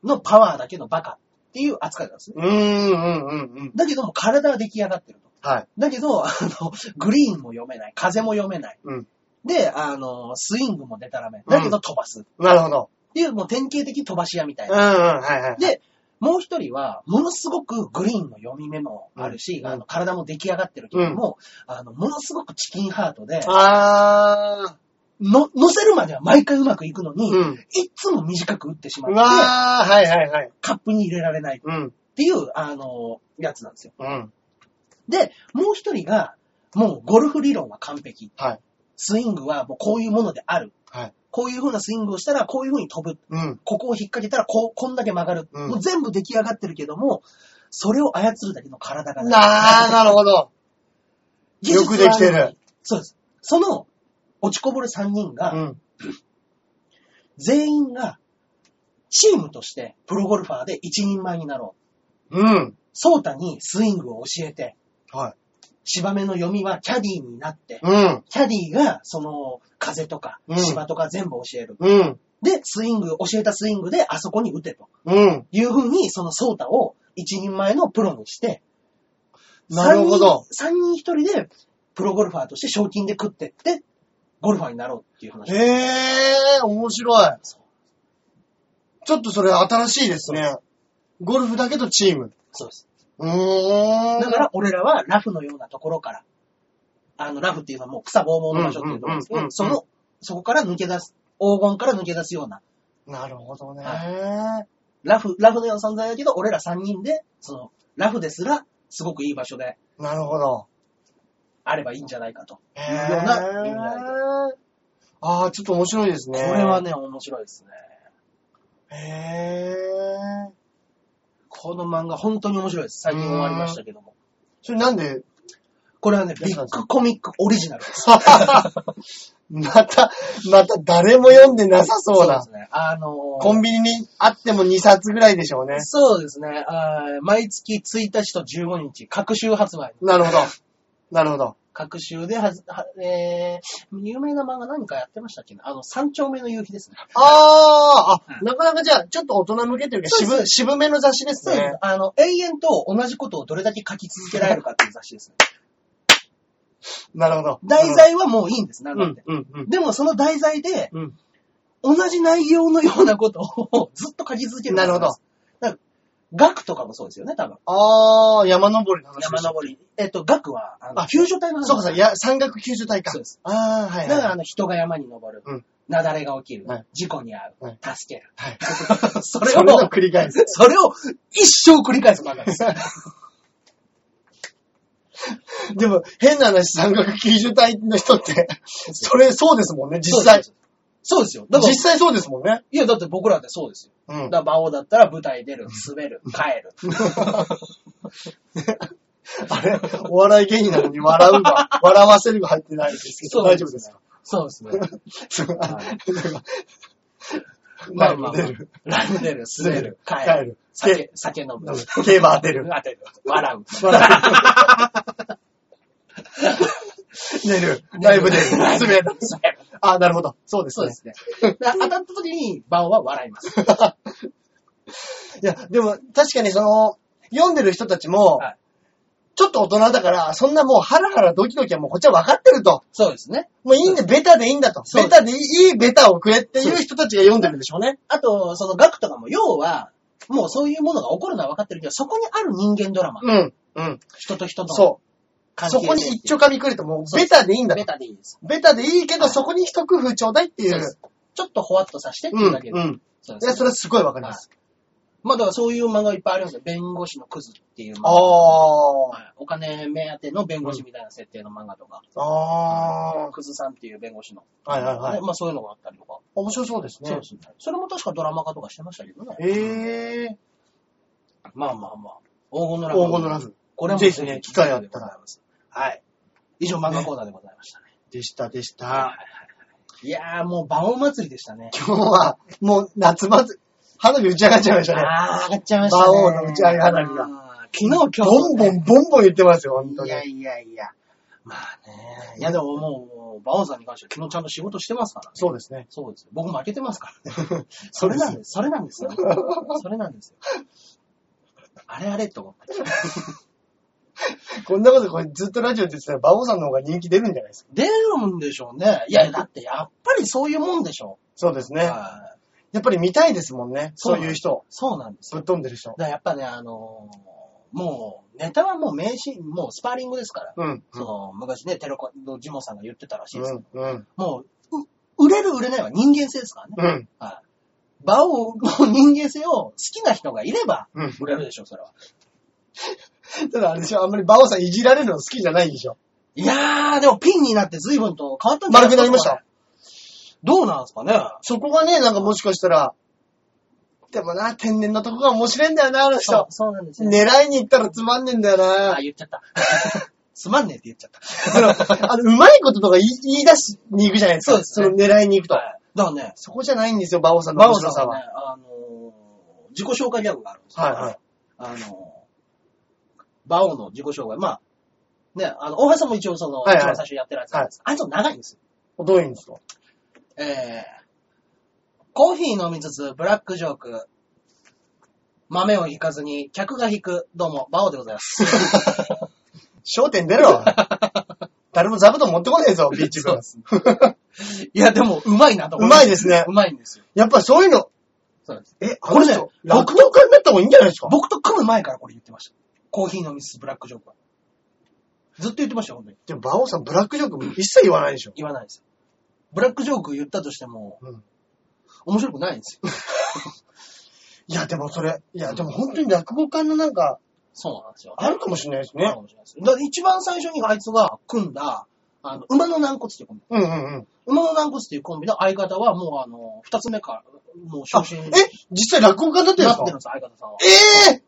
のパワーだけのバカっていう扱いなんですね。うん、うん、うん、うん。だけども体は出来上がってると。はい。だけど、あの、 グリーンも読めない。風も読めない。うんで、あの、スイングも出たらめ。だけど飛ばす。っなるほど。ていう、もう典型的飛ばし屋みたいうん、うな。ん、はい、はい。で、もう一人は、ものすごくグリーンの読み目もあるし、うんあの体も出来上がってるけども、あの、ものすごくチキンハートで、あの、乗せるまでは毎回うまくいくのー。に、うん。いっつも短く打ってしまうって、わー、はい、はい、はい。カップに入れられないっうん、ていう、あの、やつなんですよ。うん。で、もう一人が、もうゴルフ理論は完璧。はい。スイングはもうこういうものである。はい。こういう風なスイングをしたら、こういう風に飛ぶ。うん。ここを引っ掛けたら、こう、こんだけ曲がる。うんもう全部出来上がってるけども、それを操るだけの体がなー、なるほど。技術はあのよくできてる。そうです。その、落ちこぼれ3人が、うん。全員が、チームとして、プロゴルファーで一人前になろう。うん。ソータにスイングを教えて、はい。芝目の読みはキャディーになって、うん。キャディーが、その、風とかう、ん芝とか全部教える。うん。で、スイング、教えたスイングで、あそこに打てと。うん。いう風に、そのソータを一人前のプロにして、なるほど。 3人一人で、プロゴルファーとして賞金で食ってって、ゴルファーになろうっていう話。へー、面白い。そうちょっとそれ新しいですね。ゴルフだけどチーム。そうです。うーん。だから、俺らはラフのようなところから、あの、ラフっていうのはもう草ぼうぼうの場所っていうところですけうんうんうど、んうんその、そこから抜け出す、黄金から抜け出すような、なるほどね。ラフ、ラフのような存在だけど、俺ら3人で、その、ラフですら、すごくいい場所で、なるほど。あればいいんじゃないかと。へいうような意味合いでー。ああ、ちょっと面白いですね。これは。ね、面白いですね。へー。この漫画、本当に面白いです。最近終わりましたけども。それなんで、 これはね、ビッグコミックオリジナルです。また、また誰も読んでなさそうでな。すね。あのーコンビニにあっても2冊ぐらいでしょうね。そうですねあー毎月1日と15日、各週発売。なるほど。なるほど。各週ではず、はえー、有名な漫画何かやってましたっけねあの、三丁目の夕日ですね。あーあ、うなかなかじゃあ、ちょっと大人向けというか、そうです渋、渋めの雑誌ですそうですね。。あの、永遠と同じことをどれだけ書き続けられるかっていう雑誌ですね。なるほど。題材はもういいんです、なうんん、だうっんて、。うん、うん。でもその題材で、うん同じ内容のようなことをずっと書き続けるんですなるほど。だから学とかもそうですよね、多分。あー、山登りの話で山しょ。登り。えっと、学は、あのあ救助隊の話。そうかそうか、や、山岳救助隊か。そうです。あー、はい、はい。だから、あの、人が山に登る。うん雪崩が起きる。はい事故に遭う。はい助ける。はい それそれのを、繰り返し。 それを一生繰り返す漫画です。 でも、変な話、山岳救助隊の人って、それ、そうですもんね、実際。そうですよ。だから実、際そうですもんね。いや、だって僕らってそうですよ。うだ。んから、馬王だったら舞台出る、滑る、帰る。あれ、お笑い芸人なのに笑うが、笑わせるが入ってないですけど、 大丈夫ですかそうですね。そはうままあ、 あまあ出る。ライブ出る、滑る、帰帰る。る。酒、酒飲む。競馬当 てる。当てる。笑う。寝る。 ライブ出る。ライブ滑る。あ、なるほど。そうで すそうねで。すね。だから当たった時に、バオは笑い ます。いや、でも、確かにその、読んでる人たちも、はいちょっと大人だから、そんなもうハラハラドキドキはもうこっちは分かってると。そうですね。もういいんで、ベタでいいんだと。そうベですタでいい、いいベタをくれっていう人たちが読んでるんでしょうね。あと、その額とかも、要は、もうそういうものが起こるのは分かってるけど、そこにある人間ドラマ、うん。うん。人と人とのそう。関係そ性こに一丁噛みくれても、ベタでいいんだベと。タでいいです。ベタでいいけど、そこに一工夫ちょうだいっていそうでうす。ちょっとほわっとさせてっていう。うんだけで。うん。そういでや、すそれはすごいわかります。まあだからそういう漫画いっぱいありますよ。弁護士のクズっていう漫画。あはいお金目当ての弁護士みたいな設定の漫画とか、あ。ああ。クズさんっていう弁護士の。はいはいはい。まあそういうのがあったりとか。面白そうですね。そうですね。それも確かドラマ化とかしてましたけどね。ええまあまあまあ。黄金のラブ。黄金のラブこれもぜひね機会あったらございます。はい。以上、漫画コーナーでございましたね。でしたでした。いやー、もう、馬王祭りでしたね。今日は、もう夏祭り、花火打ち上がっちゃいましたね。あー、上がっちゃいましたね。馬王の打ち上げ花火があー。昨日、今日。ボンボン、ボンボン言ってますよ、本当いに。やいやいや。まあね。いや、でももう、馬王さんに関しては昨日ちゃんと仕事してますからね。そうですね。そうですよ。僕負けてますからね。そそ うでれすなんです。それなん ですよ。それなんですよ。あれあれと思って。こんなこと、これずっとラジオで言ってたら、馬王さんの方が人気出るんじゃないですか。出るんでしょうね。いや、だってやっぱりそういうもんでしょそうですう。ね。はいやっぱり見たいですもんね。そういう人。そうなんですよ。ぶっ飛んでる人だ。からやっぱね、あのーもう、ネタはもう名シーン、もうスパーリングですから。うん。その、昔ね、テロコのジモさんが言ってたらしいですけど、うん。うん。もうう、売れる売れないは人間性ですからね。うん。はい。場を、の人間性を好きな人がいれば、うん。売れるでしょ、それは。 ただあれでしょ、あんまり馬王さんいじられるの好きじゃないんでしょ。いやー、でもピンになって随分と変わったんじゃな丸いでくすかなりました。どうなんですかね。そこがね、なんかもしかしたら、でもな、天然なとこが面白いんだよな、あのそう人、。そうなんですよ。狙いに行ったらつまんねえんだよな。あ、言っちゃった。 すまんねえって言っちゃった。 あの、あのうまいこととか言い言い出しに行くじゃないですか。そうですねの狙いに行くと。はい。だからね、そこじゃないんですよ、馬王さんのバ面オさ白さんはは。ね、あのー自己紹介ギャグがあるんですよ。はいはいあのーバオの自己紹介。まあ、ね、あの、大橋さんも一応その、はいはい一番最初にやってるやつなんです。あいつも長いんですよ。どういうんですかえー、コーヒー飲みつつ、ブラックジョーク。豆を引かずに、客が引く。どうも、バオでございます。焦点出ろ。誰も座布団持ってこね え ぞ、ビーチ部。いや、でも、うまいなと思うまいですねうまいんですよ。やっぱそういうの、そうなんです。え、あこのれね人、落語家になった方がいいんじゃないですか僕と組む前からこれ言ってました。コーヒー飲みつつ、ブラックジョークは。ずっと言ってましたよ、本当に。でも、馬王さん、ブラックジョーク一切言わないでしょ。言わないですよ。ブラックジョーク言ったとしても、うん面白く ないんですよ。いや、でもそれ、いや、でも本当に落語家のなんか、そうなんですよ。あるかもしれないですあるねか。もしれないです。だって一番最初にあいつが組んだ、あの、馬の軟骨っていうコンビ。うんうんうん。馬の軟骨っていうコンビの相方はもうあの、二つ目から、もう昇あ、進になっえ、実際落語家だってたんるでんですすかよ、相方さんは。え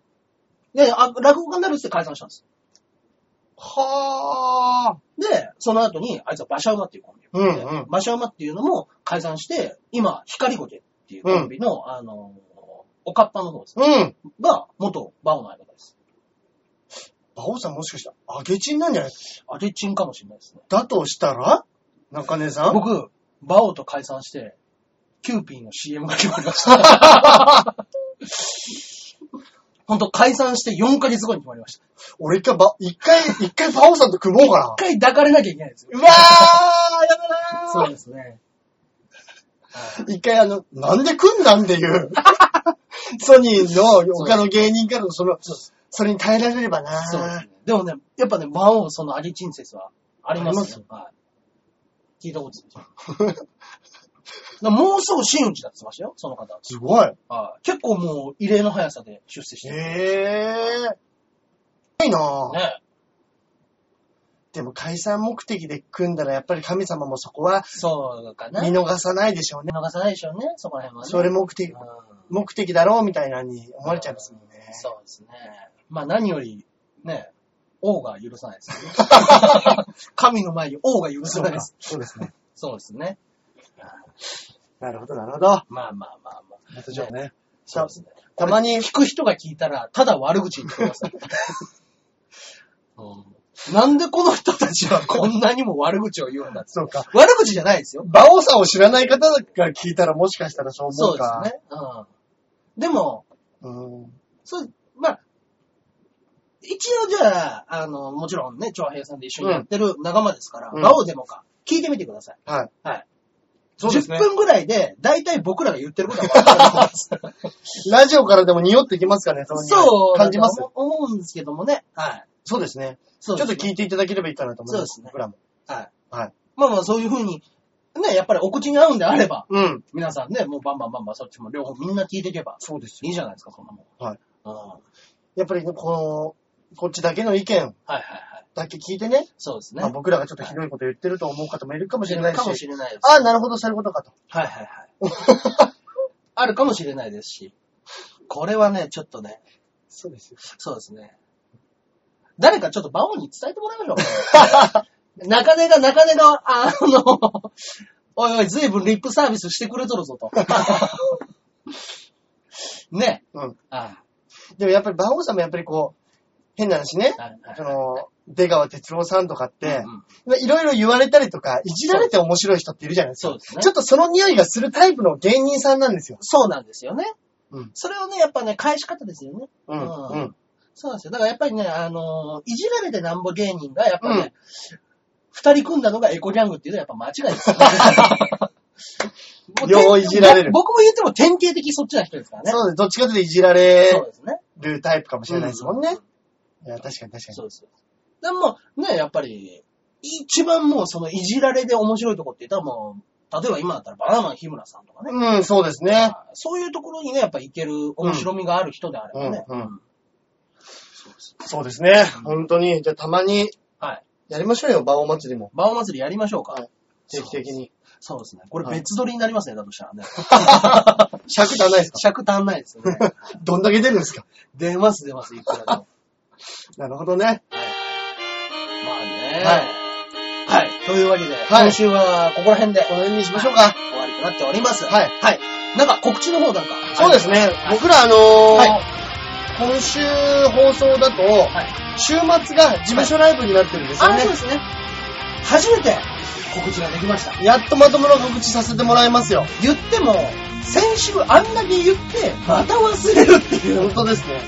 えで、あ落語家になるっつって解散したんです。はあ。で、その後に、あいつは馬車馬っていうコンビを組んで。うんうん馬車馬っていうのも解散して、今、光ゴテっていうコンビの、あの、おかっぱの方です。うん。が、元馬王の相方です。馬王さんもしかしたら、あげちんなんじゃないですあてちんかもしれないですね。かだとしたら、中根さん僕、馬王と解散して、キューピーの CM が決まりま した。本当解散して4ヶ月後に決まりました。俺一回ば、一回、一回馬王さんと組もうかな一。回抱かれなきゃいけないんですよ。うわーやだなーそうですね。一回あの、なんで来んなんっていう。ソニーの他の芸人からのその、そうそれに耐えられればなそうですね。でもね、やっぱね、馬王そのアリチン説はありますね。はい。聞いたことない。だからもうすぐ真打ちだって言ってましたよ、その方は。すごい。はい結構もう異例の速さで出世してる。ねへぇー。いいなぁ。でも解散目的で組んだらやっぱり神様もそこはそうかな。見見逃さないでしょうね。逃さないでしょうね、そこら辺はね。それ目う的ん、目的だろうみたいなに思われちゃいますもんね。そうですね。まあ何より、ね、王が許さないですよね。 神の前に王が許さないです。そうですね。そうですね。なるほど、なるほど。まあまあまあまあ。私はね。そうですね。たまに、聞く人が聞いたら、ただ悪口言ってます、うんなんでこの人たちはこんなにも悪口を言うんだっつそうか。悪口じゃないですよ。馬王さんを知らない方から聞いたらもしかしたらそうそ思ううですか。ね。うん。でも、うん。そう、まあ、一応じゃあ、あの、もちろんね、長平さんで一緒にやってる仲間ですから、うん馬王でもか、聞いてみてください。はい。はい。そうですね10分ぐらいで、だいたい僕らが言ってることは分かると思い ます。ラジオからでも匂ってきますかね、その匂いそう、感じますだと思思うんですけどもね。はい。そうですね。そうでちょっすとね聞いていただければいいかなと思います。そうですね僕らも。はい。はい。まあまあ、そういうふうに、ね、やっぱりお口に合うんであれば、うん。皆さんね、もうバンバンバンバンそっちも両方みんな聞いていけば、そうですいいじゃないですか、そんなもん。はい。うん。はいやっぱりね、この、こっちだけの意見はいはい。だけ聞いてね、そうですね。まあ、僕らがちょっとひどいこと言ってると思う方もいるかもしれないかもし、しれないです。ああ、なるほど、そういうことかと。はいはいはい。あるかもしれないですし、これはね、ちょっとね、そうですよ。そうですね。誰かちょっと馬王に伝えてもらいましょう。 中根が、中根が、あの、おいおい、ずいぶんリップサービスしてくれとるぞと。 ね。うん。あでもやっぱり、馬王さんもやっぱりこう、変な話ねあ、、はいはいその、出川哲郎さんとかっうんうてん、まあいろいろ言われたりとか、いじられて面白い人っているじゃないですか。そうですねちょっとその匂いがするタイプの芸人さんなんですよ。そうなんですよね。うんそれをね、やっぱね、返し方ですよね。うん。ううんん。そうなんですよ。だからやっぱりね、あのーいじられてなんぼ芸人が、やっぱうんね、二、人組んだのがエコギャングっていうのはやっぱ間違い ですよね。もうよういじられる僕も言っても典型的そっちな人ですからね。そうです。どっちかというといじられそうですね。るタイプかもしれないですもんね。いや、確かに確かに。そうです。でも、ね、やっぱり、一番もうそのいじられで面白いとこって言ったらもう、例えば今だったらバナナマン日村さんとかね。うん、そうですね。そういうところにね、やっぱ行ける面白みがある人であればね。うんうんうんんそうです。そうですね。本当に。じゃあたまに、はい。やりましょうよ、馬王祭りも。バオ祭りやりましょうか。はい定期的に。そうですね。これ別撮りになりますね、だとしたらね。 尺じゃないですか尺足んないですよ ね。どんだけ出るんですか出ます出ます、い くらでも。なるほどね。はい。まあね。ははい。というわけで、はい今週はここら辺でこの辺にしましょうか。終わりとなっております。はいはい。なんか告知の方なんか。そうですね。はい僕らあのーは今週放送だと、はい。週末が事務所ライブになってるんですよあ、ねそうで。すね。初めて告知ができました。やっとまともな告知させてもらいますよ。言っても、先週あんだけ言って、また忘れるっていう。本当ですね。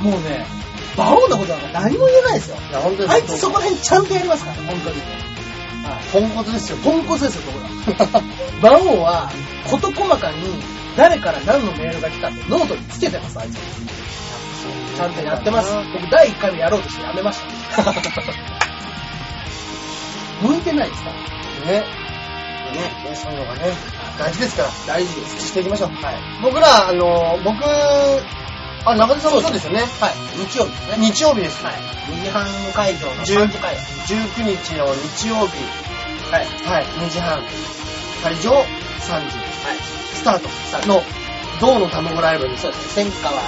もうね、馬王のことなんか何も言えないですよ。いや、本当です。あいつそこら辺ちゃんとやりますからね、本当に。はい。ポンコツですよ。ポンコツですよ、そこら。 馬王は、事細かに、誰から何のメールが来たってノートにつけてます、あいつ。ちゃんとやってます。僕、第1回目やろうとしてやめました。 向いてないですから。ね。ね。ね、そういうのがね、大事ですから。大事です。していきましょう。はい。僕ら、あのー僕あ、中田さんもそうですよね。はい。日曜日ですね。日曜日です。はい。2時半会場の10 3時会。 19日の日曜日、はい。はい、2時半、会場3時、はい。スタスータートトの、銅の卵ライブに。そうですね。千川、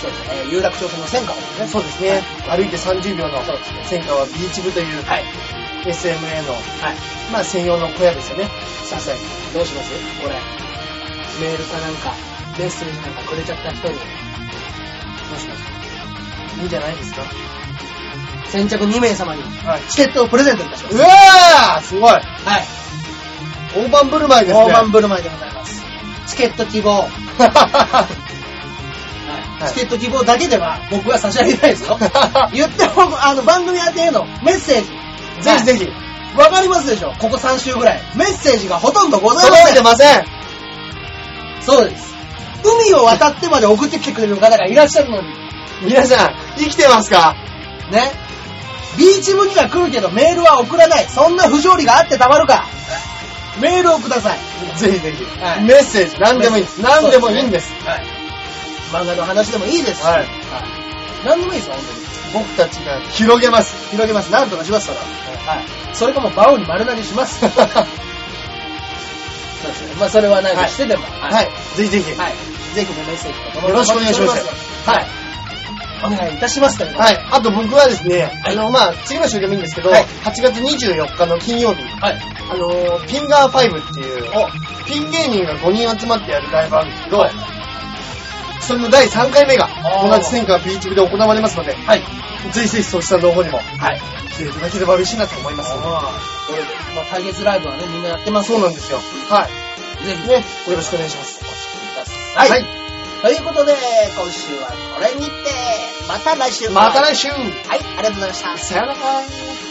そうですね。有楽町線の千川ですね。そうですね。歩いて30秒のそうですね戦火はビーチ部というはい。 SMA の、はい。まあ専用の小屋ですよね。さあ、どうしますこれ。メールかなんか、メッセージなんかくれちゃった人に、どうしますいいんじゃないですか先着2名様に、はい。チケットをプレゼントいたします。うわーすごいはい。大盤振る舞いですね。大盤振る舞いでございます。チケット希望。はいはいチケット希望だけでは僕は差し上げないですよ。言っても、あの、番組宛てへのメッセージ。 ぜひぜひ。ひ。わかりますでしょここ3週ぐらい。メッセージがほとんどございま届せいてん。ません。そうです。海を渡ってまで送ってきてくれる方がいらっしゃるのに。皆さん、生きてますかね。ビーチ部には来るけどメールは送らない。そんな不条理があってたまるか。メールをください。ぜひぜひ。はいメッセージ、何でもいいです。何でもいいんです。。はい。漫画の話でもいいですし。はいい何でもいいですよ、本当に。僕たちが広げます。広げます。なんとかしますから。はい。それかもう、バオに丸投げし ます。そうですね。まあ、それは何かしてでも。は。はいぜひぜひ。はい。ぜひごメッセージとよろしくお願いしますはい。お願いいたしますということはでい。あと僕はですね、あはいの、まあ、次の週でもいいんですけど、はい8月24日の金曜日、はい。あのー、ピンガー5っていう、ピン芸人が5人集まってやるライブあるんですけど、はいそれの第3回目が、あー同じ戦火ビーチ部で行われますので、はい。ぜひぜひそちらの方にもはい。来ていただければ嬉しいなと思います。これで、まあ、対決ライブはね、みんなやってままあ、すそうなんですよ。はい。ぜひね、ね、よろしくお願いします。はい。ということで、今週はこれにて、また来週。また来週はい、ありがとうございました。さよなら